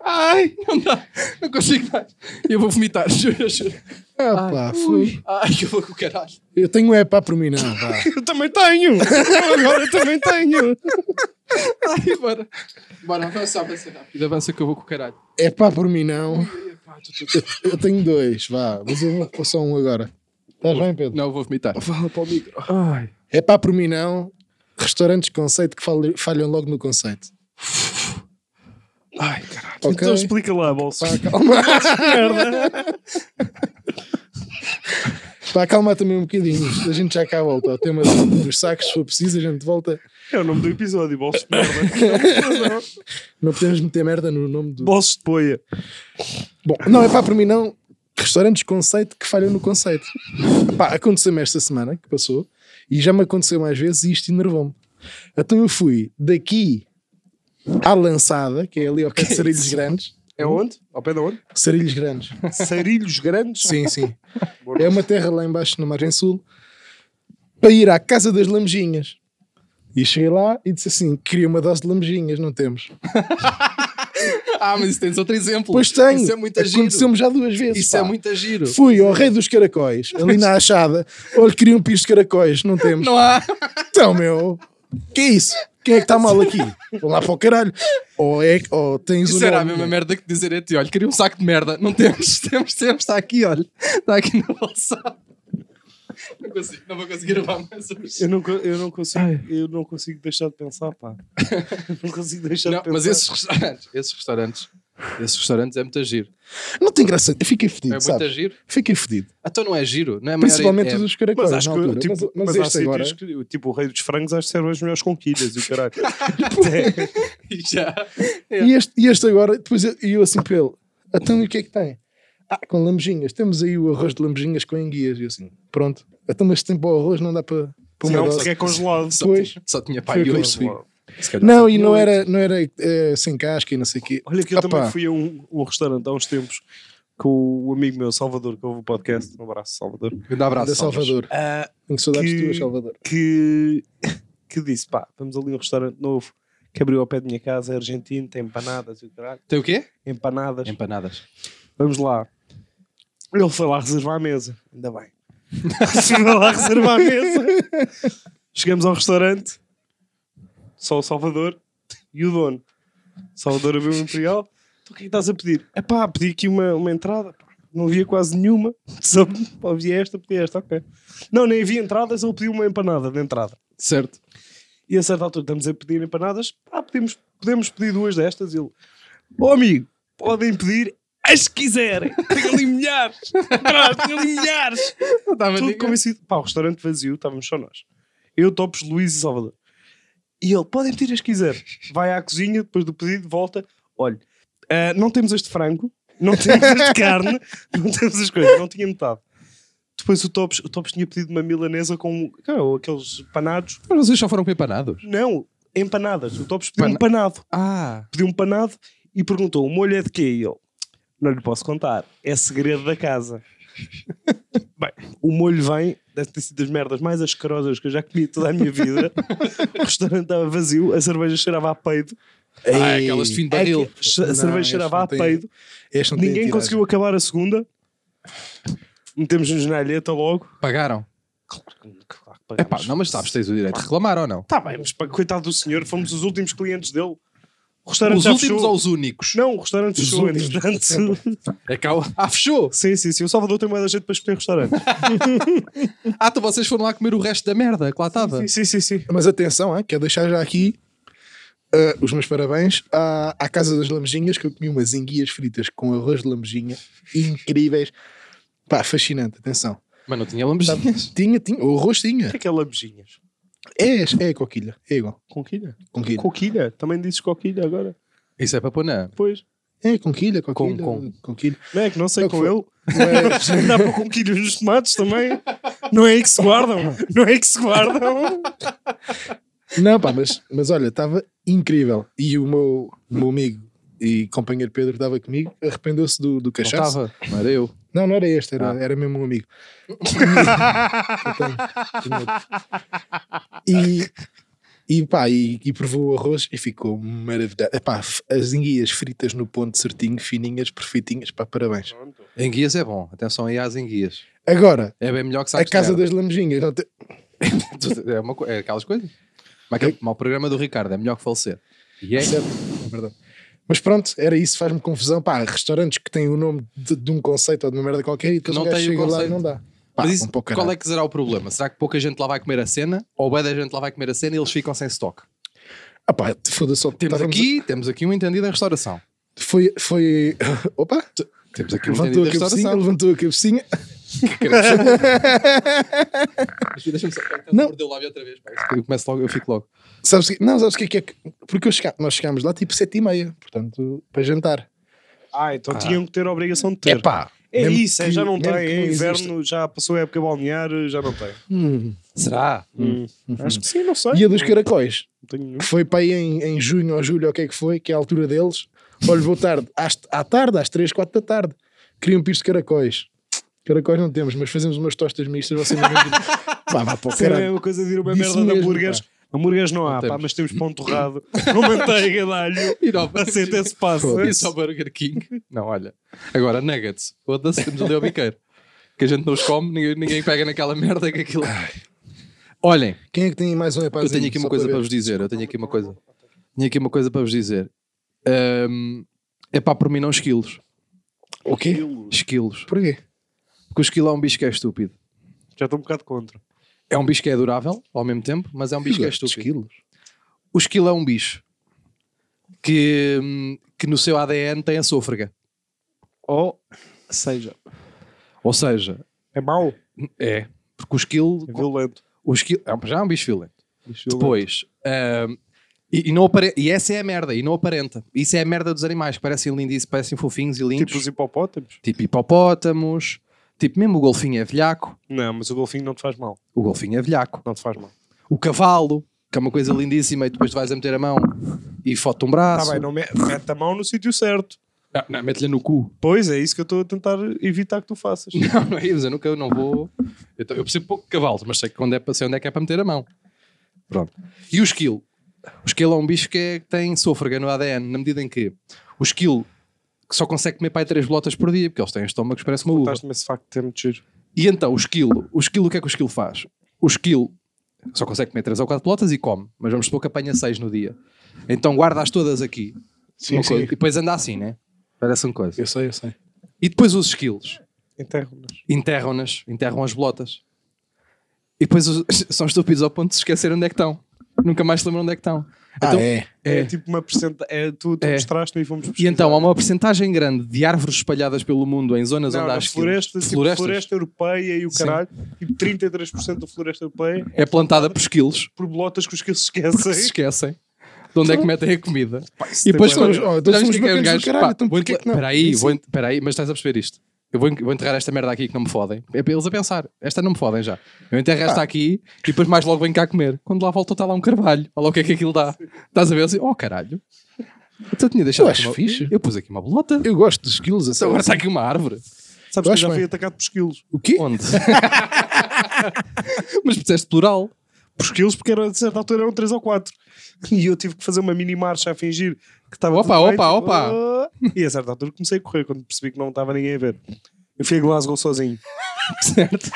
C: Ai, não dá. Não consigo mais. Eu vou vomitar, juro, juro.
B: Ah, pá, fui.
C: Ai, que vou com o caralho.
B: Eu tenho um é pá por mim, não. Pá.
A: Eu também tenho. Eu agora também tenho.
C: Ai, bora. Bora, avança, avança rápido. Avança que eu vou com o caralho.
B: É pá por mim, não.
C: é Pá, tu- tu-
B: Eu, eu tenho dois, vá. Mas eu vou pôr só um agora. Estás bem, Pedro?
C: Não, eu vou vomitar.
B: Fala para o micro.
C: Ai.
B: É pá por mim, não. Restaurantes conceito que falham, falham logo no conceito.
C: Ai, caralho.
B: Ok?
A: Então explica lá, bolso.
B: Pá, calma. Para acalmar também um bocadinho. A gente já cá volta ao tema do- dos sacos. Se for preciso, a gente volta.
A: É o nome do episódio, bolso de merda.
B: Não podemos meter merda no nome do.
A: Bolso de poia.
B: Bom, não é pá por mim, não. Restaurantes conceito que falham no conceito. Pá, aconteceu-me esta semana que passou e já me aconteceu mais vezes e isto enervou-me. Então eu fui daqui à lançada, que é ali ao pé de Sarilhos Grandes.
A: É onde? Ao pé de onde?
B: Sarilhos Grandes.
A: Sarilhos Grandes?
B: Sim, sim. É uma terra lá embaixo na margem sul para ir à casa das lamejinhas. E cheguei lá e disse assim: queria uma dose de lamejinhas, não temos.
C: Ah, mas isso tens outro exemplo.
B: Pois tenho.
C: Isso é muito giro.
B: Aconteceu-me já duas vezes.
C: Isso é
B: pá.
C: muito giro.
B: Fui ao Rei dos Caracóis, ali na Achada. Olha, queria um piso de caracóis, não temos.
C: Não há.
B: Então, meu, que é isso? Quem é que está mal aqui? Vão lá para o caralho. Ou, é, ou tens o
C: Isso era a
B: nome, é.
C: mesma merda que dizer a ti: olha, queria um saco de merda. Não temos, temos, temos. Está aqui, olha. Está aqui na bolsa. Não, consigo, não vou conseguir levar mais um. hoje.
A: Eu não, co- eu, não consigo, eu não consigo deixar de pensar, pá. Eu não consigo deixar
C: Não,
A: de pensar.
C: mas esses restaurantes, esses restaurantes, esses restaurantes é muito giro.
B: Não tem graça. Eu fiquei
C: É
B: fedido,
C: muito
B: sabes?
C: giro.
B: Fiquei fedido.
C: Então não é giro, não é maior-
B: Principalmente
C: é-
B: os dos caracóis,
A: Mas acho
B: na
A: que,
B: altura.
A: tipo,
B: mas, mas,
A: mas há
B: este agora... é?
A: sítios que, tipo, o rei dos frangos acho que serve as melhores conquilhas e o caralho.
C: Já.
B: E
A: é.
B: este, e este agora, depois eu, e eu assim para ele, então e o que é que tem? Ah, com lambejinhas. Temos aí o arroz de lambejinhas com enguias. E eu assim, pronto. Então mas se tem para o arroz não dá para, para uma
A: Não,
B: dose.
A: porque é congelado.
C: Só,
B: Pois.
C: só tinha
B: Foi
C: pai e
B: aquilo.
C: hoje. Se calhar.
B: Não, e não era, não era eh, sem casca e não sei o quê.
A: Olha que eu
B: Opa,
A: também fui a um, um restaurante há uns tempos com o amigo meu, Salvador, que ouve o podcast. Um abraço, Salvador.
C: Grande abraço.
B: Da Salvador. Tenho saudades
A: que-
B: tuas, Salvador.
A: que, que disse: pá, vamos ali a um restaurante novo que abriu ao pé da minha casa, é argentino, tem empanadas e o caralho.
C: Tem o quê?
A: Empanadas,
C: Empanadas.
A: vamos lá. Ele foi lá reservar a mesa, ainda bem. foi lá reservar a mesa. Chegamos ao restaurante, só o Salvador e o dono. Salvador abriu um Imperial. Tu o que é que estás a pedir? É pá, pedi aqui uma, uma entrada. pá. Não havia quase nenhuma. Só só havia esta, pedi esta, ok. Não, nem havia entradas, ele pediu uma empanada de entrada.
C: Certo.
A: E a certa altura estamos a pedir empanadas. Ah, podemos, podemos pedir duas destas. E ele, oh amigo, podem pedir as que quiserem. Tem ali milhares. Atrás, tem ali milhares. Tudo convencido. Pá, o restaurante vazio, estávamos só nós. Eu, Topos, Luís e Salvador. E ele, podem pedir as que quiserem. Vai à cozinha, depois do pedido, volta. Olha, ah, não temos este frango, não temos este carne, não temos as coisas. Não tinha metade. Depois o Topos, o Topos tinha pedido uma milanesa com cara, aqueles panados
C: Mas vocês só foram com empanados.
A: não, empanadas. O Topos pediu
C: Pana-
A: um panado.
C: Ah.
A: Pediu um panado e perguntou: o molho é de quê? E eu, não lhe posso contar, é segredo da casa. Bem, o molho vem, deve ter sido das merdas mais asquerosas que eu já comi toda a minha vida. o restaurante estava vazio, a cerveja cheirava a peido.
C: Ah,
B: Ei,
C: aquelas de fim de
A: é
C: barril.
A: A cerveja
B: Não,
A: cheirava a
B: este não tem-
A: peido.
B: este não tem
A: Ninguém
B: tiragem.
A: conseguiu acabar a segunda. Metemos-nos na alheta logo.
C: Pagaram.
A: Claro
C: É pá, não, mas sabes, tens o direito de reclamar ou não?
A: Tá bem, mas pá, coitado do senhor, fomos os últimos clientes dele. O restaurante
C: Os
A: já
C: últimos
A: fechou.
C: ou os únicos?
A: Não, o restaurante
B: Os
A: fechou,
B: últimos.
A: entretanto.
C: É cá o- Ah, fechou!
A: sim, sim, sim. O Salvador tem moeda da gente para escolher restaurante.
C: Ah, então vocês foram lá comer o resto da merda que lá estava.
A: sim, sim, sim, sim.
B: Mas atenção, ah, quero deixar já aqui ah, os meus parabéns à, à Casa das Lamejinhas, que eu comi umas enguias fritas com arroz de lamejinha incríveis. Pá, fascinante, atenção.
C: Mas não tinha lambejinhas.
B: Tinha, tinha, o arroz
A: O
B: tinha.
A: que é que é lamejinhas?
B: É, é coquilha, é igual.
A: Conquilha?
B: Conquilha.
A: Coquilha? Também dizes coquilha agora?
C: Isso é para pôr na.
A: Pois.
B: É, conquilha, conquilha.
C: Com- com.
B: conquilha.
A: Não é que não sei
B: Não
A: com
B: foi.
A: ele. Mas dá para conquilhas nos tomates também. Não é aí que se guardam. Não é aí que se guardam.
B: Não, pá, mas, mas olha, estava incrível. E o meu, o meu amigo e companheiro Pedro que estava comigo, arrependeu-se do, do
C: Não
B: cachaço.
C: estava. Não era eu.
B: Não, não era este, era,
C: Ah.
B: era mesmo um amigo. Eu tenho- tenho outro. e, e pá, e, e provou o arroz e ficou maravilhado. Epá, f- as enguias fritas no ponto certinho, fininhas, perfeitinhas, pá, parabéns.
C: Enguias é bom. Atenção aí às enguias.
B: Agora,
C: É bem melhor que
B: a
C: sabes.
B: casa
C: de
B: das lamejinhas. não te-
C: merda. é, uma co- é aquelas coisas. Mas aquele- mas o programa do Ricardo é melhor que falecer. E é.
B: Certo, é verdade. Mas pronto, era isso, faz-me confusão. Pá, restaurantes que têm o nome de, de um conceito ou de uma merda qualquer e depois
C: não
B: o gajo
C: tem o
B: chega lá e
C: conceito.
B: não dá. Pá,
C: Mas isso,
B: um pouco
C: qual
B: caralho.
C: é que será o problema? Será que pouca gente lá vai comer a cena? Ou bem da gente lá vai comer a cena e eles ficam sem estoque?
B: Ah, pá, foda-se, só
C: Temos
B: estávamos-
C: aqui, temos aqui um entendido em restauração.
B: Foi. foi... Opa!
C: Temos aqui um
B: Levantou a
C: entendido em
B: cabecinha,
C: restauração.
B: levantou a cabecinha.
C: Deixa-me só.
B: Não.
C: Mordeu o lábio outra vez. pá. Eu começo logo, eu fico logo.
B: Sabes que, não, sabes o que é que é? que- Porque eu chega- nós chegámos lá tipo sete e meia, portanto, para jantar.
A: Ah, então
C: Ah.
A: tinham que ter a obrigação de ter.
B: Epá,
A: É
B: Mesmo
A: isso, é,
B: que-
A: já não
B: mesmo
A: tem.
B: que
A: É
B: não
A: inverno,
B: exista.
A: já passou a época balnear, já não tem.
B: Hum.
C: Será?
A: Acho que sim, não sei.
B: Uhum. E a dos caracóis,
A: Não tenho nenhum.
B: que foi para aí em, em junho ou julho, ou o que é que foi, que é a altura deles. Olha, vou tarde, às, à tarde, às 3, 4 da tarde. Queriam pires de caracóis. Caracóis não temos, mas fazemos umas tostas mistas, vocês não vêm. Pá, vá para o
A: Isso era a
B: caralho.
A: mesma coisa de ir a é uma
B: Disse
A: merda de
B: mesmo,
A: hambúrgueres. Hambúrgueres não há, pá,
C: temos.
A: mas temos pão torrado, com manteiga de alho.
C: E não,
A: Aceita esse passo.
B: Foda-se.
C: Isso ao Burger King. Não, olha. Agora, nuggets. Foda-se, temos ali ao biqueiro. Que a gente não os come, ninguém, ninguém pega naquela merda que aquilo. é. Olhem,
B: Quem é que tem mais um
C: eu
B: epazinho?
C: tenho aqui uma
B: Só
C: coisa para
B: ver.
C: vos dizer. Eu tenho aqui uma coisa. Tenho aqui uma coisa para vos dizer. Ahm, é pá, por mim não esquilos.
B: O quê?
C: Esquilos.
B: Porquê?
C: Porque o esquilo é um bicho que é estúpido.
A: Já estou um bocado contra.
C: É um bicho que é durável ao mesmo tempo, mas é um bicho que é estúpido. O esquilo é um bicho que, hum, que no seu ADN tem a sôfrega.
A: Ou seja,
C: Ou seja,
A: é mau,
C: é. Porque o esquilo,
A: é violento.
C: o esquilo é um- já é um bicho violento. Depois, hum, e, e não apare- e essa é a merda, e não aparenta. Isso é a merda dos animais, que parecem lindíssimos, parecem fofinhos e lindos.
A: Tipo
C: Tipo,
A: os hipopótamos?
C: hipopótamos, tipo mesmo o golfinho é velhaco.
A: Não, mas o golfinho não te faz mal.
C: O golfinho é velhaco.
A: Não te faz mal.
C: O cavalo, que é uma coisa lindíssima, e depois tu vais a meter a mão e foto um
A: Está
C: braço.
A: Tá bem, não me- mete a mão no sítio certo.
C: Ah, não, mete-lhe no cu.
A: Pois é, isso que eu estou a tentar evitar que tu faças.
C: Não, não é isso, eu nunca eu não vou. Eu, tô- eu percebo pouco de cavalos, mas sei, que quando é, para- sei onde é que é para meter a mão. Pronto. E o esquilo? O esquilo é um bicho que, é- que tem sôfrega no ADN, na medida em que o esquilo que só consegue comer para aí três bolotas por dia, porque eles têm estômagos, parece uma uva.
A: Estás-me esse facto de ter-me de giro.
C: E então o esquilo, o esquilo, o que é que o esquilo faz? O esquilo só consegue comer três ou quatro bolotas e come, mas vamos supor que apanha seis no dia. Então guarda-as todas aqui.
B: Sim,
C: Uma coisa.
B: sim.
C: E depois anda assim, né? Parece uma coisa.
B: Eu sei, eu sei.
C: E depois os esquilos
A: Enterro-nos.
C: enterram-nas, enterram as bolotas. E depois os- são estúpidos ao ponto de se esquecer onde é que estão. Nunca mais se lembram onde é que estão. Então-
B: ah, é.
A: É.
C: É.
A: tipo uma porcentagem. É, tu tu
C: É.
A: mostraste-me e fomos
C: E
A: pesquisar.
C: então há uma porcentagem grande de árvores espalhadas pelo mundo em zonas
A: Não,
C: onde há
A: na
C: esquilos.
A: floresta, tipo,
C: Florestas.
A: floresta europeia e o
C: Sim.
A: caralho, tipo 33% da floresta europeia
C: É plantada por esquilos
A: por bolotas que os que se
C: que
A: esquecem.
C: se esquecem de onde é que metem a comida.
A: Isso
C: E depois
A: tem
B: quando-
C: quando.
A: bué-
B: oh, então somos
C: é
B: bacanas do caralho, então porquê que não?
C: Espera aí,
B: Sim.
C: um vou en- espera aí, mas estás a perceber isto. Eu vou en- vou enterrar esta merda aqui que não me fodem. É para eles a pensar. Esta não me fodem já. Eu enterro
B: Ah.
C: esta aqui e depois mais logo venho cá comer. Quando lá volto está lá um carvalho. Olha lá o que é que aquilo dá. Estás a ver assim? Oh caralho. Então eu tinha deixado
B: Eu
C: aqui
B: acho
C: uma-
B: fixe.
C: Eu pus aqui uma bolota.
B: Eu gosto dos skills. até.
C: Então Agora está aqui uma árvore.
A: Sabes
B: Eu
A: que
B: acho
A: já fui
B: bem.
A: atacado por esquilos.
B: O quê?
C: Onde? mas disseste plural.
A: Por esquilos, porque era, um de certa altura eram 3 ou 4. E eu tive que fazer uma mini marcha a fingir que estava.
C: Opa,
A: tudo bem, tipo,
C: opa, opa.
A: "Ah". E a certa altura comecei a correr quando percebi que não estava ninguém a ver. Eu fui a Glasgow sozinho.
C: Certo.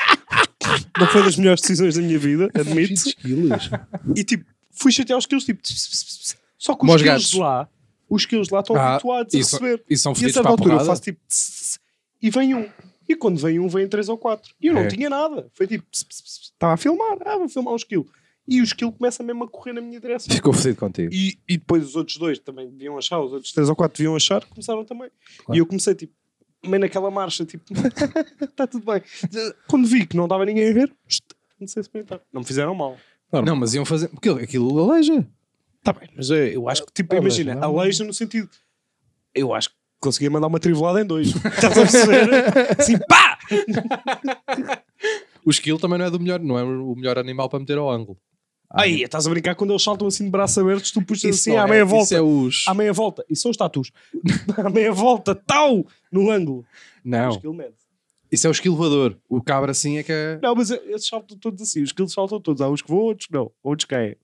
A: Não foi das melhores decisões da minha vida, admito.
B: É Esquilos.
A: E tipo, fui chatear os quilos, tipo, tss, tss, tss, tss. só que
C: Como
A: os
C: aos
A: quilos
C: gatos.
A: de lá, os quilos de lá estão
C: Ah,
A: habituados
C: isso-
A: a receber.
C: E são
A: E a
C: fedidos
A: certa
C: para a
A: altura eu
C: porrada.
A: faço tipo, tss, tss, e vem um. E quando vem um, vem três ou quatro. E eu não
C: É.
A: tinha nada. Foi tipo, tss, tss, tss, estava a filmar, ah, vou filmar um esquilo. E o esquilo começa mesmo a correr na minha direção.
C: Ficou fedido contigo.
A: E, e depois os outros dois também deviam achar, os outros três ou quatro deviam achar, começaram também. E
C: Claro.
A: eu comecei tipo, meio naquela marcha, tipo, está tudo bem. Quando vi que não estava ninguém a ver, comecei a experimentar. Não me fizeram mal.
C: Não, mas iam fazer. Porque aquilo aleija.
A: Tá bem, mas eu, eu acho que, tipo,
B: Ah,
A: imagina,
B: mas não-
A: aleija no sentido. Eu acho que conseguia mandar uma trivelada em dois. Estás a perceber? Assim, pá!
C: O esquilo também não é do melhor, não é o melhor animal para meter ao ângulo.
A: Aí, estás a brincar quando eles saltam assim de braço aberto, tu puxas assim
C: não
A: à
C: é-
A: meia
C: Ah, Isso
A: volta.
C: é os.
A: À meia volta. E são os tatus. à meia volta, tal! No ângulo. Mas
C: Não,
A: que ele mede.
C: isso é o esquilo voador. O cabra assim é que é.
A: Não, mas esses saltam todos assim. Os que eles saltam todos. Há uns que vão, outros que não. Outros caem.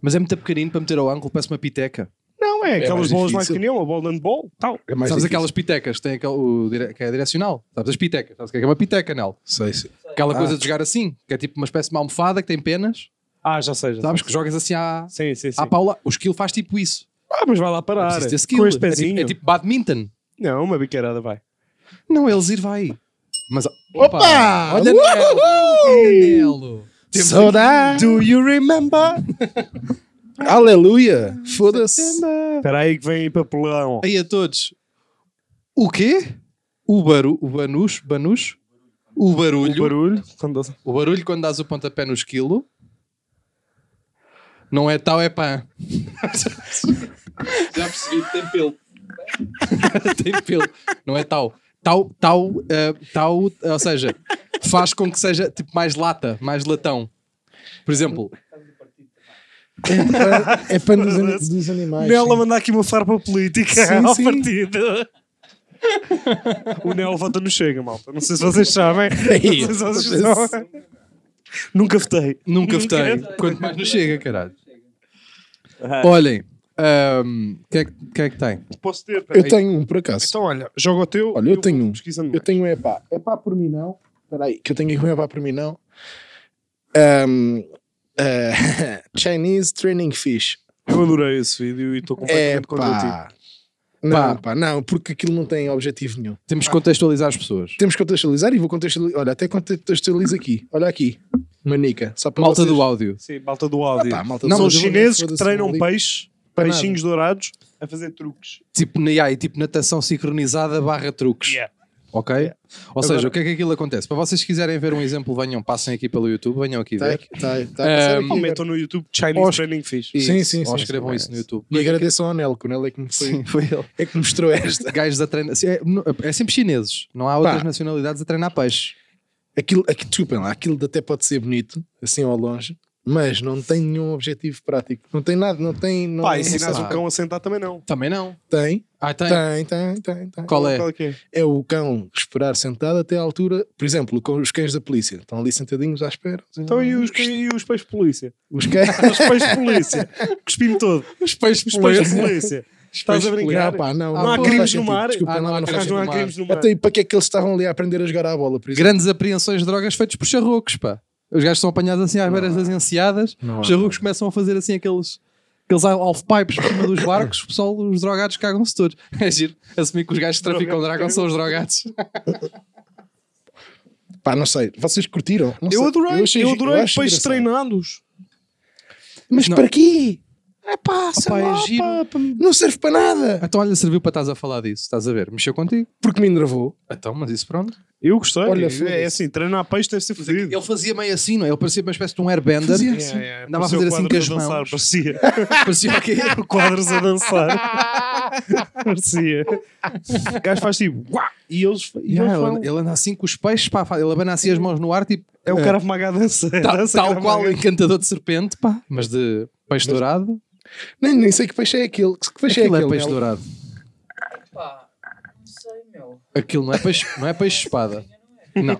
C: Mas é muito pequenino para meter ao ângulo, parece uma piteca.
A: Não, é aquelas
B: mais
A: bolas mais
B: difícil.
A: pequeninas, uma bola de handball, tal.
B: É mais
C: Sabes
B: difícil.
C: aquelas pitecas que, tem aquele, o dire- que é direcional? Sabes as pitecas? Sabes o que é que é uma piteca, Nel?
B: Sei, sei.
C: Aquela
B: Ah.
C: coisa de jogar assim, que é tipo uma espécie de uma almofada que tem penas.
A: Ah, já sei, já
C: Sabes que jogas assim à,
A: sei. Sim, sim, sim.
C: à paula. O esquilo faz tipo isso.
A: Ah, mas vai lá
C: É
A: parar.
C: preciso ter skill.
A: Com este
C: É tipo-
A: pezinho.
C: É, tipo badminton.
A: Não, uma biqueirada vai.
C: Não, eles ir vai. Mas.
B: Opa!
C: Olha, Nelo! Olha, Nelo! Temos
B: Saudade!
A: Do you remember?
B: Aleluia! Foda-se!
A: Espera aí que vem papelão.
C: Aí a todos. O quê? O baru, o banus, banus? O barulho.
A: O barulho. Quando...
C: O barulho quando dás o pontapé no esquilo. Não é tal, é pã. Já percebi, tem pelo. tem pelo. Não é tal. Tal, tal, eh, tal, ou seja, faz com que seja tipo mais lata, mais latão. Por exemplo,
B: É pano dos, ani- dos animais.
A: Nela
B: sim.
A: mandar aqui uma farpa política
B: Sim,
A: ao
B: sim.
A: partido. o Nel vota no Chega, malta. Não sei se vocês
B: É
A: sabem. Não sei se vocês sabem. Nunca votei.
C: Nunca votei. Quanto mais não chega, caralho. Olhem, ahm, quem é que quem é que tem?
A: Posso ter, peraí.
B: Eu tenho um, por acaso.
A: Então, olha, joga o teu.
B: Olha, eu tenho
A: vou
B: um.
A: pesquisando
B: Eu
A: mais.
B: tenho um epá. Epá por mim não. Espera aí, que eu tenho aqui um epá por mim não. Ahm, ah, Chinese Training Fish.
A: Eu adorei esse vídeo e estou
B: É
A: completamente contra ti.
B: pá. Não, pá, não, porque aquilo não tem objetivo nenhum.
C: Temos que contextualizar as pessoas.
B: Temos que contextualizar e vou contextualizar. Olha, até contextualizo aqui. Olha aqui. Manica. Só para
C: Malta
B: vocês.
C: do áudio.
A: Sim, malta do áudio.
B: Pá, malta
C: Não,
A: São
C: mas
A: os
C: eu vou-
A: chineses que
B: foda-se,
A: treinam
B: não ligo
A: peixes,
B: para nada.
A: peixinhos dourados, a fazer truques.
C: Tipo, na AI, tipo natação sincronizada barra truques.
A: Yeah.
C: Ok? Ou seja, o que é que aquilo acontece? Para vocês quiserem ver um exemplo, venham, passem aqui pelo YouTube, venham aqui
B: Tá,
C: ver.
B: aqui, tá, tá a passar
C: Ahm,
B: aqui
A: Ou
B: agora.
A: metam no YouTube Chinese
C: Os-
A: Training Fish.
C: E-
B: Sim, sim,
C: Ou
B: sim,
C: escrevam
B: sim,
C: isso no
B: sim.
C: YouTube.
B: E agradeçam ao Nel, que o Nel é que me, foi-
C: Sim, foi ele.
B: é que me mostrou esta.
C: Gajos a treinar. É, não, é sempre chineses, não há outras
B: Pá.
C: nacionalidades a treinar peixe.
B: Aquilo, aqui, desculpem lá, aquilo até pode ser bonito, assim ao longe, mas não tem nenhum objetivo prático. Não tem nada, não tem. Não,
A: Pá,
B: não sei
A: ensinas
B: lá.
A: o cão a sentar também não.
C: Também não.
B: Tem,
C: Ah, tem.
B: tem, tem, tem. tem.
C: Qual é?
A: Qual é que é?
B: É o cão esperar sentado até à altura. Por exemplo, com os cães da polícia estão ali sentadinhos à espera.
A: Então e os, e os peixes de polícia?
B: Os cães.
A: Os peixes de polícia. Cuspi-me todo.
C: Os peixes
A: Os
B: Um
A: peixes de polícia. Estás a brincar?
B: Não, Ah, pá, não,
A: Não há
B: não
A: crimes
B: faz
A: no
B: sentido.
A: mar?
B: Desculpa,
A: Ah,
B: não, não
A: há
B: faz
A: crimes- não há
C: sentido.
A: crimes no mar.
B: Até aí, para que é que eles estavam ali a aprender a jogar à bola? Por exemplo?
C: Grandes apreensões de drogas feitas por charrucos, pá. Os gajos são apanhados assim às beiras das enseadas.
B: Não há.
C: Os charrucos começam a fazer assim aqueles. Aqueles half-pipes por cima dos barcos, o pessoal, os drogados cagam-se todos. É giro. Assumir que os gajos que traficam dragão são os drogados.
B: Pá, não sei. Vocês curtiram? Não
A: Eu
B: sei.
A: adorei, eu,
B: achei-
A: adorei
B: acho
A: peixes
B: engraçado.
A: treinados.
B: Mas
C: Não.
B: para quê? É pá, sei
C: pá, é
A: Ah,
B: lá,
C: giro.
B: pá, pá, não serve para nada.
C: Então, olha, serviu para estás a falar disso, estás a ver? Mexeu contigo.
B: Porque me enervou.
C: Então, mas isso pronto.
A: Eu gostei.
B: Olha,
A: é
B: foda-se.
A: assim, treinar peixe deve ser fodido.
C: Ele fazia meio assim, não é? Ele parecia uma espécie de um airbender.
B: Fazia.
A: É, é,
C: Andava
A: parecia
C: a fazer
A: o
C: assim com
A: Quadros
C: as
A: a dançar,
C: mãos.
A: Parecia.
C: Parecia o quê?
A: O Quadros a dançar. parecia. O gajo faz tipo... "Uá!" E eles, e
C: Yeah,
A: eles
C: ele,
A: falam...
C: anda- ele anda assim com os peixes, pá, fa- ele abana assim as mãos no ar, tipo,
A: É o cara maga a dança.
C: tal,
A: dança
C: tal
A: Krav
C: qual
A: Maga.
C: encantador de serpente, pá, mas de peixe dourado.
B: Nem, nem sei que peixe é aquele. Que peixe
C: Aquilo
B: é
C: é
B: aquele?
C: peixe
B: Nel?
C: dourado.
D: Pá, não sei, meu. é?
C: Aquilo não é peixe, não é peixe espada. Não, é não.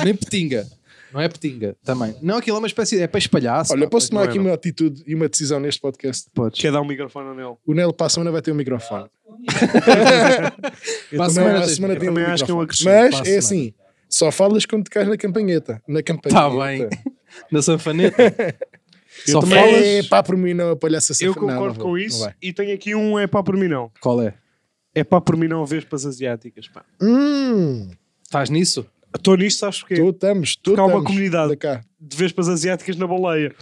C: é. nem petinga. Não é petinga também. Não, aquilo é uma espécie. É peixe palhaço.
B: Olha,
C: pá,
B: posso
C: peixe-
B: tomar aqui
A: não.
B: uma atitude e uma decisão neste podcast?
C: Podes.
A: Quer dar um microfone ao Nel?
B: O Nel para a semana vai ter um microfone.
C: Para a
B: Também,
C: semana
B: para a
C: tens-
B: semana
A: eu
B: tem um
A: também acho que é um
B: microfone.
A: acrescento
B: Mas
C: para a
B: é
C: semana.
B: assim, só falas quando tocas na campanheta. Na
C: Está
B: campanheta.
C: Tá bem. Na sanfaneta. Só
A: também-
C: falas.
B: É pá, por mim não, a palhaça
A: Eu
B: safa- não, é não
A: concordo
B: vou,
A: com
B: não
A: isso.
B: vai.
A: E tenho aqui um é pá por mim não.
C: Qual é?
A: É pá por mim não vespas asiáticas. pá.
B: Hum,
C: Estás nisso?
A: Estou nisto, sabes porquê?
B: tu estamos, tu
A: Porque há uma
B: estamos.
A: comunidade.
B: Olha cá.
A: De vespas asiáticas na baleia.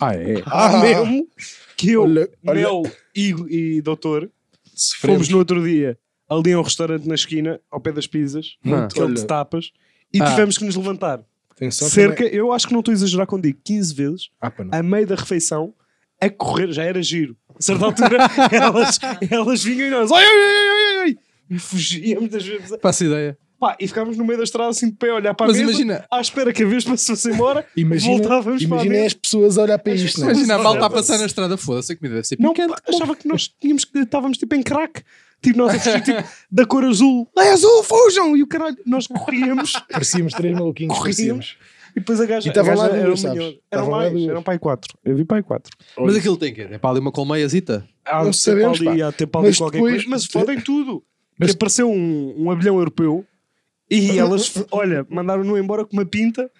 C: Ah, é.
A: Há
B: Ah.
A: mesmo que eu,
B: Olha- olha-
A: Nel e, e doutor
B: Sofremos.
A: fomos no outro dia ali a um restaurante na esquina, ao pé das pizzas,
C: Ah.
A: aquele
B: Olha.
A: de tapas, e
C: Ah.
A: tivemos que nos levantar.
B: Atenção
A: cerca,
B: também.
A: eu acho que não estou a exagerar quando digo 15 vezes,
B: Ah, pá, não.
A: a meio da refeição, a correr, já era giro. A certa altura, elas, elas vinham e nós, ai, ai, ai, ai, ai, ai, e fugíamos das vezes.
C: Faço ideia.
A: Pá, e ficámos no meio da estrada assim de pé a olhar para a
C: Mas
A: mesa,
C: imagina-
A: à espera que a vez passasse embora, voltávamos para a
B: imagina as
A: mesa.
B: pessoas a olhar para isto. não é?
C: Imagina a malta a passar na estrada, foda-se, a comida deve ser
A: Não,
C: picante.
A: pá, achava que nós tínhamos que estávamos tipo em crack. Tipo, nós a fugir tipo, da cor azul. É azul, fujam! E o caralho, nós corríamos
B: Parecíamos três maluquinhos, parecíamos.
A: e depois a
B: E
A: gaja, a
B: estavam
A: gaja
B: lá
A: era
B: duas,
A: uma
B: sabes?
A: melhor. Eram
B: Estavam lá
A: mais,
B: duas.
A: eram pai 4. Eu vi pai 4.
C: Mas aquilo tem que É para ali uma colmeiazita.
A: Há
B: Não
A: um
B: sabemos,
A: Tepaldi,
B: pá.
A: há Tepaldi
B: Mas
A: qualquer
B: depois-
A: coisa, mas fodem tudo.
B: Mas-
A: Que apareceu um, um abelhão europeu e elas, f- olha, mandaram-no embora com uma pinta.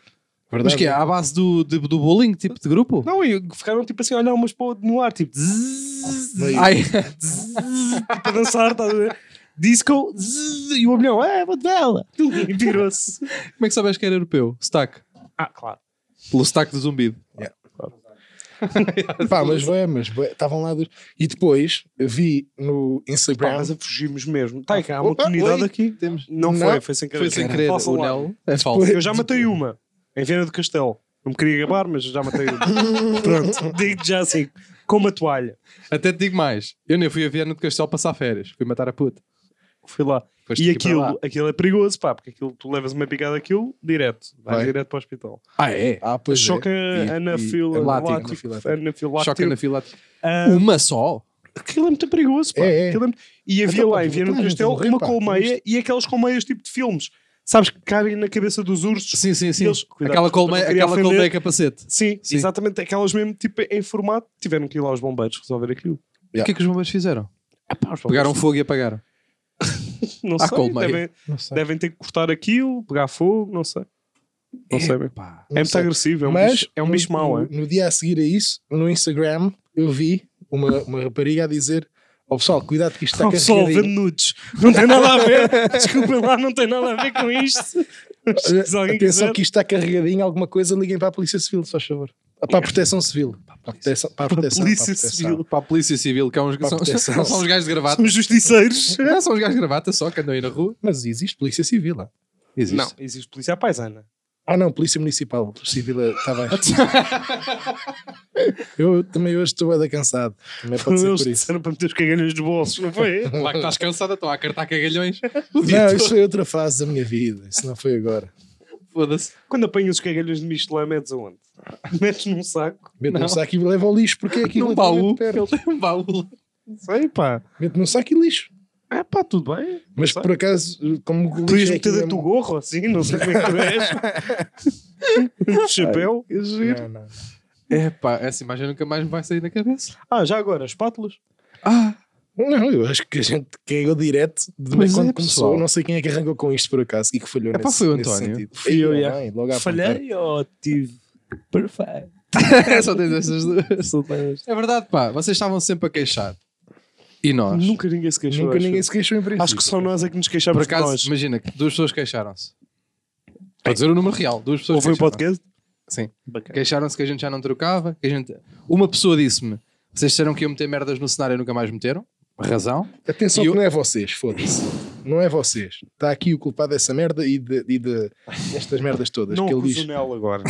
C: Mas que é? À base do, de- do bullying, tipo de grupo?
A: Não, e ficaram tipo assim, a olhar umas para o outro no ar, tipo, zzz,
B: Veio.
C: Ai,
A: para dançar, estás Tipo, a ver? Disco, zzz, e o abelhão, é, vou de vela. E virou-se.
C: como é que sabes que era europeu? Sotaque.
A: Ah, claro.
C: Pelo sotaque do zumbido.
B: Pá, mas vai, mas bué, estavam lá dos... E depois vi no
A: Pá,
B: Instagram.
A: mas a fugirmos mesmo. Tá, cá, há uma
B: Opa,
A: comunidade
B: oi.
A: aqui.
C: Temos...
A: Não,
B: Não,
A: foi, foi sem querer.
C: Foi sem
A: Cara,
C: querer.
A: posso
C: O
A: falar.
C: Nel é falso.
A: um Eu já matei uma em Viana do Castelo. Não me queria gabar, mas já matei uma. Pronto, digo-te já assim, com uma toalha.
C: Até te digo mais. Eu nem fui a Viana do Castelo passar férias. Fui matar a puta.
A: Fui lá.
C: Depois
A: E
C: tinha que ir
A: aquilo,
C: para lá.
A: aquilo é perigoso, pá, porque aquilo, tu levas uma picada aquilo, direto. Vais
B: Vai.
A: direto para o hospital.
C: Ah, é?
B: Ah, pois
A: Choca
B: é. E-
A: anafila-
B: e-
A: látigo-
B: anafilático.
A: anafilático.
C: Choca Uh, na fila.
A: Ah,
C: Uma só?
A: Aquilo é muito perigoso, pá.
B: É, é.
A: Aquilo é muito- E havia
B: Então,
A: lá
B: pá,
A: em Viana do
B: toda a gente
A: Castelo
B: morrer,
A: uma
B: pá,
A: colmeia e aquelas colmeias tipo de filmes. Sabes que cabem na cabeça dos ursos?
C: Sim, sim, sim.
A: Eles- Cuidado,
C: aquela
A: desculpa,
C: colmeia,
A: não queria
C: aquela
A: ofender.
C: colmeia capacete.
A: Sim,
C: Sim.
A: exatamente. Aquelas mesmo tipo em formato. Tiveram que ir lá os bombeiros resolver aquilo.
C: O que é que os bombeiros fizeram? Pegaram fogo e apagaram.
A: Não
C: à
A: sei,
C: colmeia.
A: devem,
B: Não sei.
A: devem ter que cortar aquilo, pegar fogo, não sei. Não sei bem.
C: Pá.
A: É
B: Não
A: muito
B: sei.
A: agressivo, é um
B: Mas
A: bicho, é um
B: no-
A: bicho mau,
B: no,
A: é?
B: no dia a seguir a isso, no Instagram, eu vi uma, uma rapariga a dizer: Ó pessoal, cuidado que isto está
A: Oh, pessoal, vende
B: carregadinho.
A: nudes. Não tem nada a ver. Desculpem lá, não tem nada a ver com isto. Se alguém
B: Eh, Atenção
A: quiser.
B: que isto está carregadinho, alguma coisa, liguem para a Polícia Civil, se faz favor. Ah,
A: É.
B: Para a Proteção Civil. Para a Proteção, para a proteção,
A: Polícia
B: para a proteção.
A: Civil.
C: Para a Polícia Civil, que há uns,
B: Para a
C: são,
B: proteção.
C: são uns gajos de gravata.
A: Somos justiceiros.
B: É
C: Ah, são uns gajos de gravata só que andam aí na rua.
B: Mas existe Polícia Civil lá.
A: Não, existe polícia à paisana.
B: Ah não, Polícia Municipal. Civil é- está bem. eu também hoje estou bem cansado. Também pode ser
A: Eles
B: por isso.
A: disseram para meter os cagalhões dos bolsos, não foi?
C: Lá que estás cansada, estão a cartar cagalhões.
B: Não, isso foi outra fase da minha vida. Isso não foi agora.
C: Foda-se.
A: Quando apanhas os cagalhões de Michelin, metes aonde? Metes num saco?
B: Mete num saco e leva ao lixo. Porque é aquilo
C: Num
B: é tão
C: baú.
B: perto.
C: Ele tem um baú.
A: Não sei, pá.
B: Mete num saco e lixo.
A: É pá, tudo bem.
B: Mas
A: Não sei.
B: por acaso, como o
A: Tu ias
B: lixo é
A: meter
B: aquilo
A: dentro do
B: mesmo-
A: gorro, assim, não sei como é que tu és. De chapéu.
B: Não, não.
C: É pá, essa imagem nunca mais me vai sair da cabeça.
A: Ah, já agora, espátulas.
C: Ah,
B: Não, eu acho que a gente caiu direto de
C: Pois
B: quando
C: é,
B: começou.
C: pessoal.
B: Não sei quem é que arrancou com isto por acaso e que falhou
C: Epá,
B: nesse,
C: foi o
B: nesse
C: António.
B: sentido.
A: Fui eu,
B: Ih,
A: já. tá.
B: bem, logo à
A: Falhei ou tive? Perfeito.
C: só tens essas duas. É verdade, pá, vocês estavam sempre a queixar. E nós?
A: Nunca ninguém se
B: pontada.
A: queixou.
B: Nunca
A: acho
B: ninguém
A: eu.
B: se queixou em princípio.
A: Acho que só nós é que nos
C: Por
A: queixamos de
C: acaso,
A: nós.
C: imagina que duas pessoas queixaram-se. Para dizer o número real, duas pessoas
A: Ouviu o
C: queixaram-se.
A: podcast?
C: Sim.
A: Bacana.
C: Queixaram-se que a gente já não trocava. Que a gente... Uma pessoa disse-me: vocês disseram que iam meter merdas no cenário e nunca mais meteram. Razão.
B: Atenção
C: E
B: que
C: eu-
B: não é vocês, foda-se. Não é vocês. Está aqui o culpado dessa merda e, de, e de- destas merdas todas.
A: Não
B: que ele
A: acuso o
B: diz.
A: Nel agora.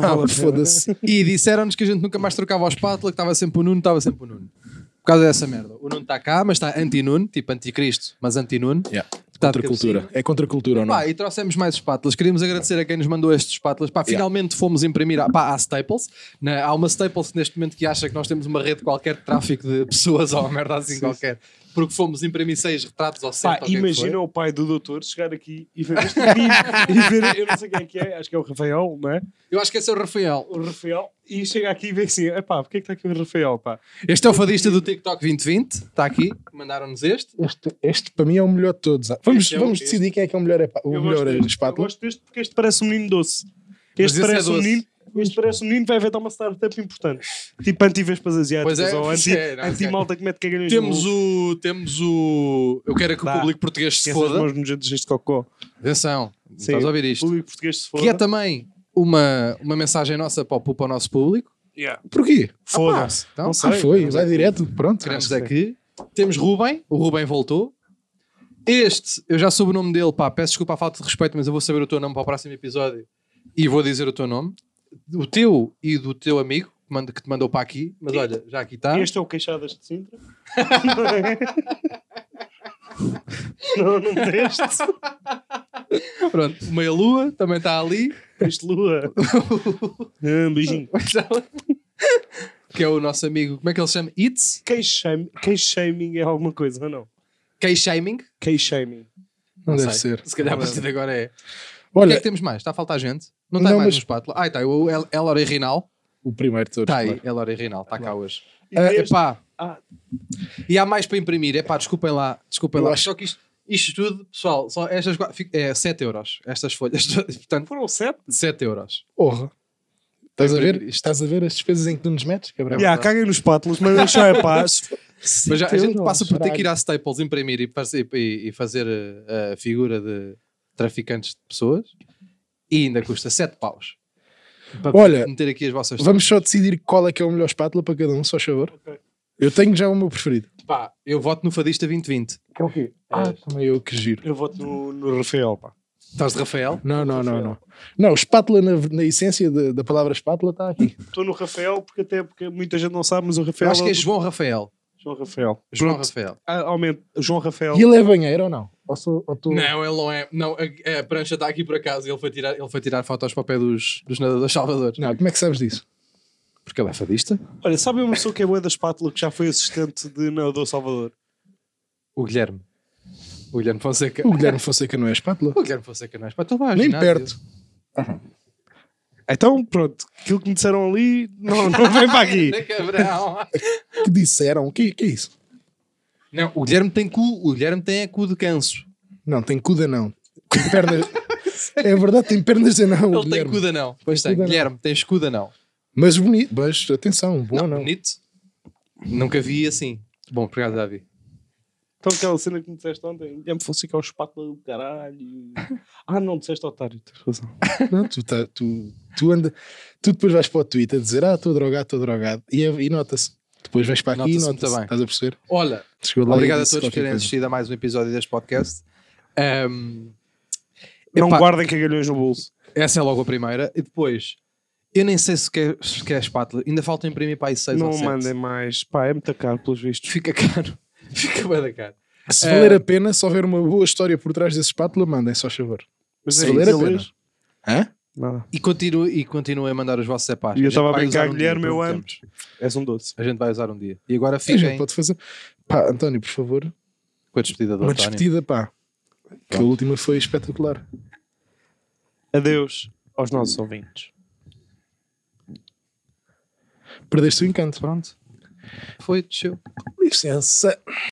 B: Não, foda-se.
C: E disseram-nos que a gente nunca mais trocava a espátula, que estava sempre o Nuno, estava sempre o Nuno. Por causa dessa merda. O Nuno está cá, mas está anti-Nuno, tipo anticristo, mas anti-Nuno.
B: Yeah.
C: Tá
B: Contra a cultura. É contra a cultura ou não?
A: Hum.
C: Pá, e trouxemos mais espátulas. Queríamos agradecer a quem nos mandou estes espátulas. Pá, finalmente fomos imprimir à- pá, à Staples. Na- há uma Staples neste momento que acha que nós temos uma rede qualquer de tráfico de pessoas ou uma merda assim qualquer. Porque fomos imprimir seis retratos ou sete.
A: Pá,
C: ou o que é que foi.
A: imagina o pai do doutor chegar aqui e ver este menino e ver, eu não sei quem é que é, acho que é o Rafael, não é?
C: Eu acho que esse é o Rafael.
A: O Rafael, e chega aqui e vê assim: epá, porquê é que está aqui o Rafael, pá?
C: Este é o fadista do TikTok 2020. Está Tá aqui. Mandaram-nos este.
B: Este, este, para mim é o melhor de todos. Vamos,
C: Este é o-
B: vamos
C: este-
B: decidir quem é que é o melhor, epá- o
A: Eu
B: melhor
A: gosto deste, Eu
B: espátula.
A: gosto deste porque este parece um menino doce.
C: Mas
A: Este
C: esse é
A: parece, um
C: doce.
A: menino, este parece um menino que vai inventar uma startup importante. Tipo anti-vespas asiáticas
C: Pois é,
A: ou
C: pois
A: anti-
C: é, não,
A: anti-malta que mete cagalhões
C: Temos
A: no
C: o. Temos o. Eu quero é que o
A: Dá.
C: público português se
A: Esquece as
C: foda.
A: é mãos nojentas deste cocó.
C: Atenção,
A: Sim,
C: estás a ouvir
A: O
C: isto.
A: público português se
C: Que é
A: foda.
C: também uma, uma mensagem nossa para o, para o nosso público.
A: Yeah.
B: Porquê?
A: Foda-se.
C: Então,
A: Não
B: Ah,
A: sei,
B: foi,
A: não
B: vai
A: sei.
B: direto. Pronto.
C: queremos
B: acho
C: é que. Temos Rubem, o Rubem voltou. Este, eu já soube o nome dele, pá, peço desculpa à falta de respeito, mas eu vou saber o teu nome para o próximo episódio e vou dizer o teu nome. O teu e do teu amigo que manda- que te mandou para aqui, mas olha, já aqui está.
A: Este é o queixadas de Sintra. não, é? não deste.
C: Pronto, o Meia Lua também está ali.
A: Este lua. Ah, beijinho.
C: que é o nosso amigo, como é que ele se chama? It's
A: Queixam- Queixaming é alguma coisa, ou não?
C: K-Shaming.
A: Queixaming.
B: Não
C: Não
B: deve
C: sei.
B: ser.
C: Se calhar a partir de agora é. o que é
B: Olha,
C: que temos mais? Está a faltar gente? Não tem
B: Não,
C: mais
B: mas-
C: um espátula. Ah, está. O El- Elora e Rinal.
B: o primeiro de todos.
C: Está Tá aí.
B: claro.
C: Elora e Rinal. Está cá hoje.
A: E
C: Ah,
A: este-
C: epá.
A: Ah.
C: E há mais para imprimir. Epá, desculpem lá. Desculpem
B: Eu
C: lá.
B: acho-
C: Só que isto, isto tudo, pessoal, só estas... qua- fica- É 7 euros. Estas folhas. Portanto,
A: Foram sete?
C: 7 euros.
B: Porra. Estás a ver?
C: Isto-
B: Estás a ver as despesas em que tu nos metes, Gabriel?
A: Yeah, caguem nos pátulas, mas deixar a paz.
C: É Mas já, a gente passa por ter
B: caralho.
C: que ir à Staples imprimir e, parce- e- e fazer eh, a, a figura de traficantes de pessoas e ainda custa 7 paus. Para
B: Olha,
C: meter aqui as vossas.
B: É. Vamos só decidir qual é que é o melhor espátula para cada um, só favor. Eu tenho já o meu preferido.
C: Pá, eu voto no Fadista 2020.
B: Que é o quê? Ah, também eu que giro.
A: Eu voto no, no Rafael, pá.
C: Estás de Rafael?
B: Não, não, não, não. Não, espátula na, na essência da, da palavra espátula está aqui.
A: Estou no Rafael porque até porque muita gente não sabe, mas o
C: Eu
A: Rafael
C: acho que é
A: o-
C: João Rafael.
A: João Rafael.
C: João
A: Pronto.
C: Rafael.
A: Ah, aumento. João Rafael.
B: E ele é banheiro ou não? Ou sou- ou tô-
C: Não, ele não é. Não, a, a prancha está aqui por acaso e ele foi tirar, ele foi tirar fotos para o pé dos, dos nadadores salvadores.
B: Não, como é que sabes disso?
C: Porque ele é fadista.
A: Olha, sabe uma pessoa que é boa da espátula que já foi assistente de nadador Salvador?
C: O Guilherme. O Guilherme Fonseca.
B: O Guilherme Fonseca não é espátula?
C: O Guilherme Fonseca não é espátula. vai ao
B: Nem
C: ginásio.
B: perto.
A: Então, pronto, aquilo que me disseram ali não, não vem para aqui.
C: Anda, cabrão.
B: Que disseram? O que, que é isso?
C: Não, o Guilherme tem cu. O Guilherme tem é cu de canso.
B: Não, tem cuda não. Tem pernas. é verdade, tem pernas de não.
C: ele tem cu de não. Pois tem.
B: Cu de anão.
C: Guilherme, tem cu de não.
B: Mas bonito. Mas atenção, bom não.
C: Bonito. Nunca vi assim. Bom, obrigado, Davi.
A: Então, aquela cena que me disseste ontem, já me fosse cá o espátula do caralho. Ah, não, disseste otário, tens razão.
B: Não, tu, tá- tu, tu anda, tu depois vais para o Twitter dizer ah, estou drogado, estou drogado. E, é- e nota-se. Depois vais para aqui
C: Nota-se
B: e
C: muito
B: nota-se.
C: bem.
B: Estás a perceber?
C: Olha,
B: Chegou lá e
C: obrigado a
B: disse
C: todos por
B: qualquer
C: terem
B: coisa.
C: assistido a mais um episódio deste podcast. Ahm,
A: Não
C: Epá.
A: guardem cagalhões no bolso.
C: essa é logo a primeira. E depois, eu nem sei se quer, se quer espátula. Ainda falta imprimir para aí 6 ou
A: Não
C: 7.
A: mandem mais. Pá, é muito caro, pelos vistos.
C: Fica caro. Fica bem da cara.
B: Se
C: Eh,
B: valer a pena, se houver uma boa história por trás desse espátula, mandem só favor.
A: Mas
B: Se
A: é
B: valer
A: isso,
B: a pena.
A: Luís?
B: Hã?
A: Nada.
C: E continue, e continue a mandar os vossos epás.
A: E eu estava a
C: vai
A: brincar,
C: usar um
A: Guilherme,
C: dia,
A: eu
C: prometemos.
A: És um doce.
C: A gente vai usar um dia. E agora
B: Sim, a gente
C: fiquem
B: pode fazer. Pá, António, por favor,
C: com a despedida do
B: uma
C: António.
B: despedida, pá. Que a última foi espetacular.
A: Adeus aos nossos ouvintes.
B: Perdeste o encanto.
C: Pronto. Foi, desceu.
B: Licença.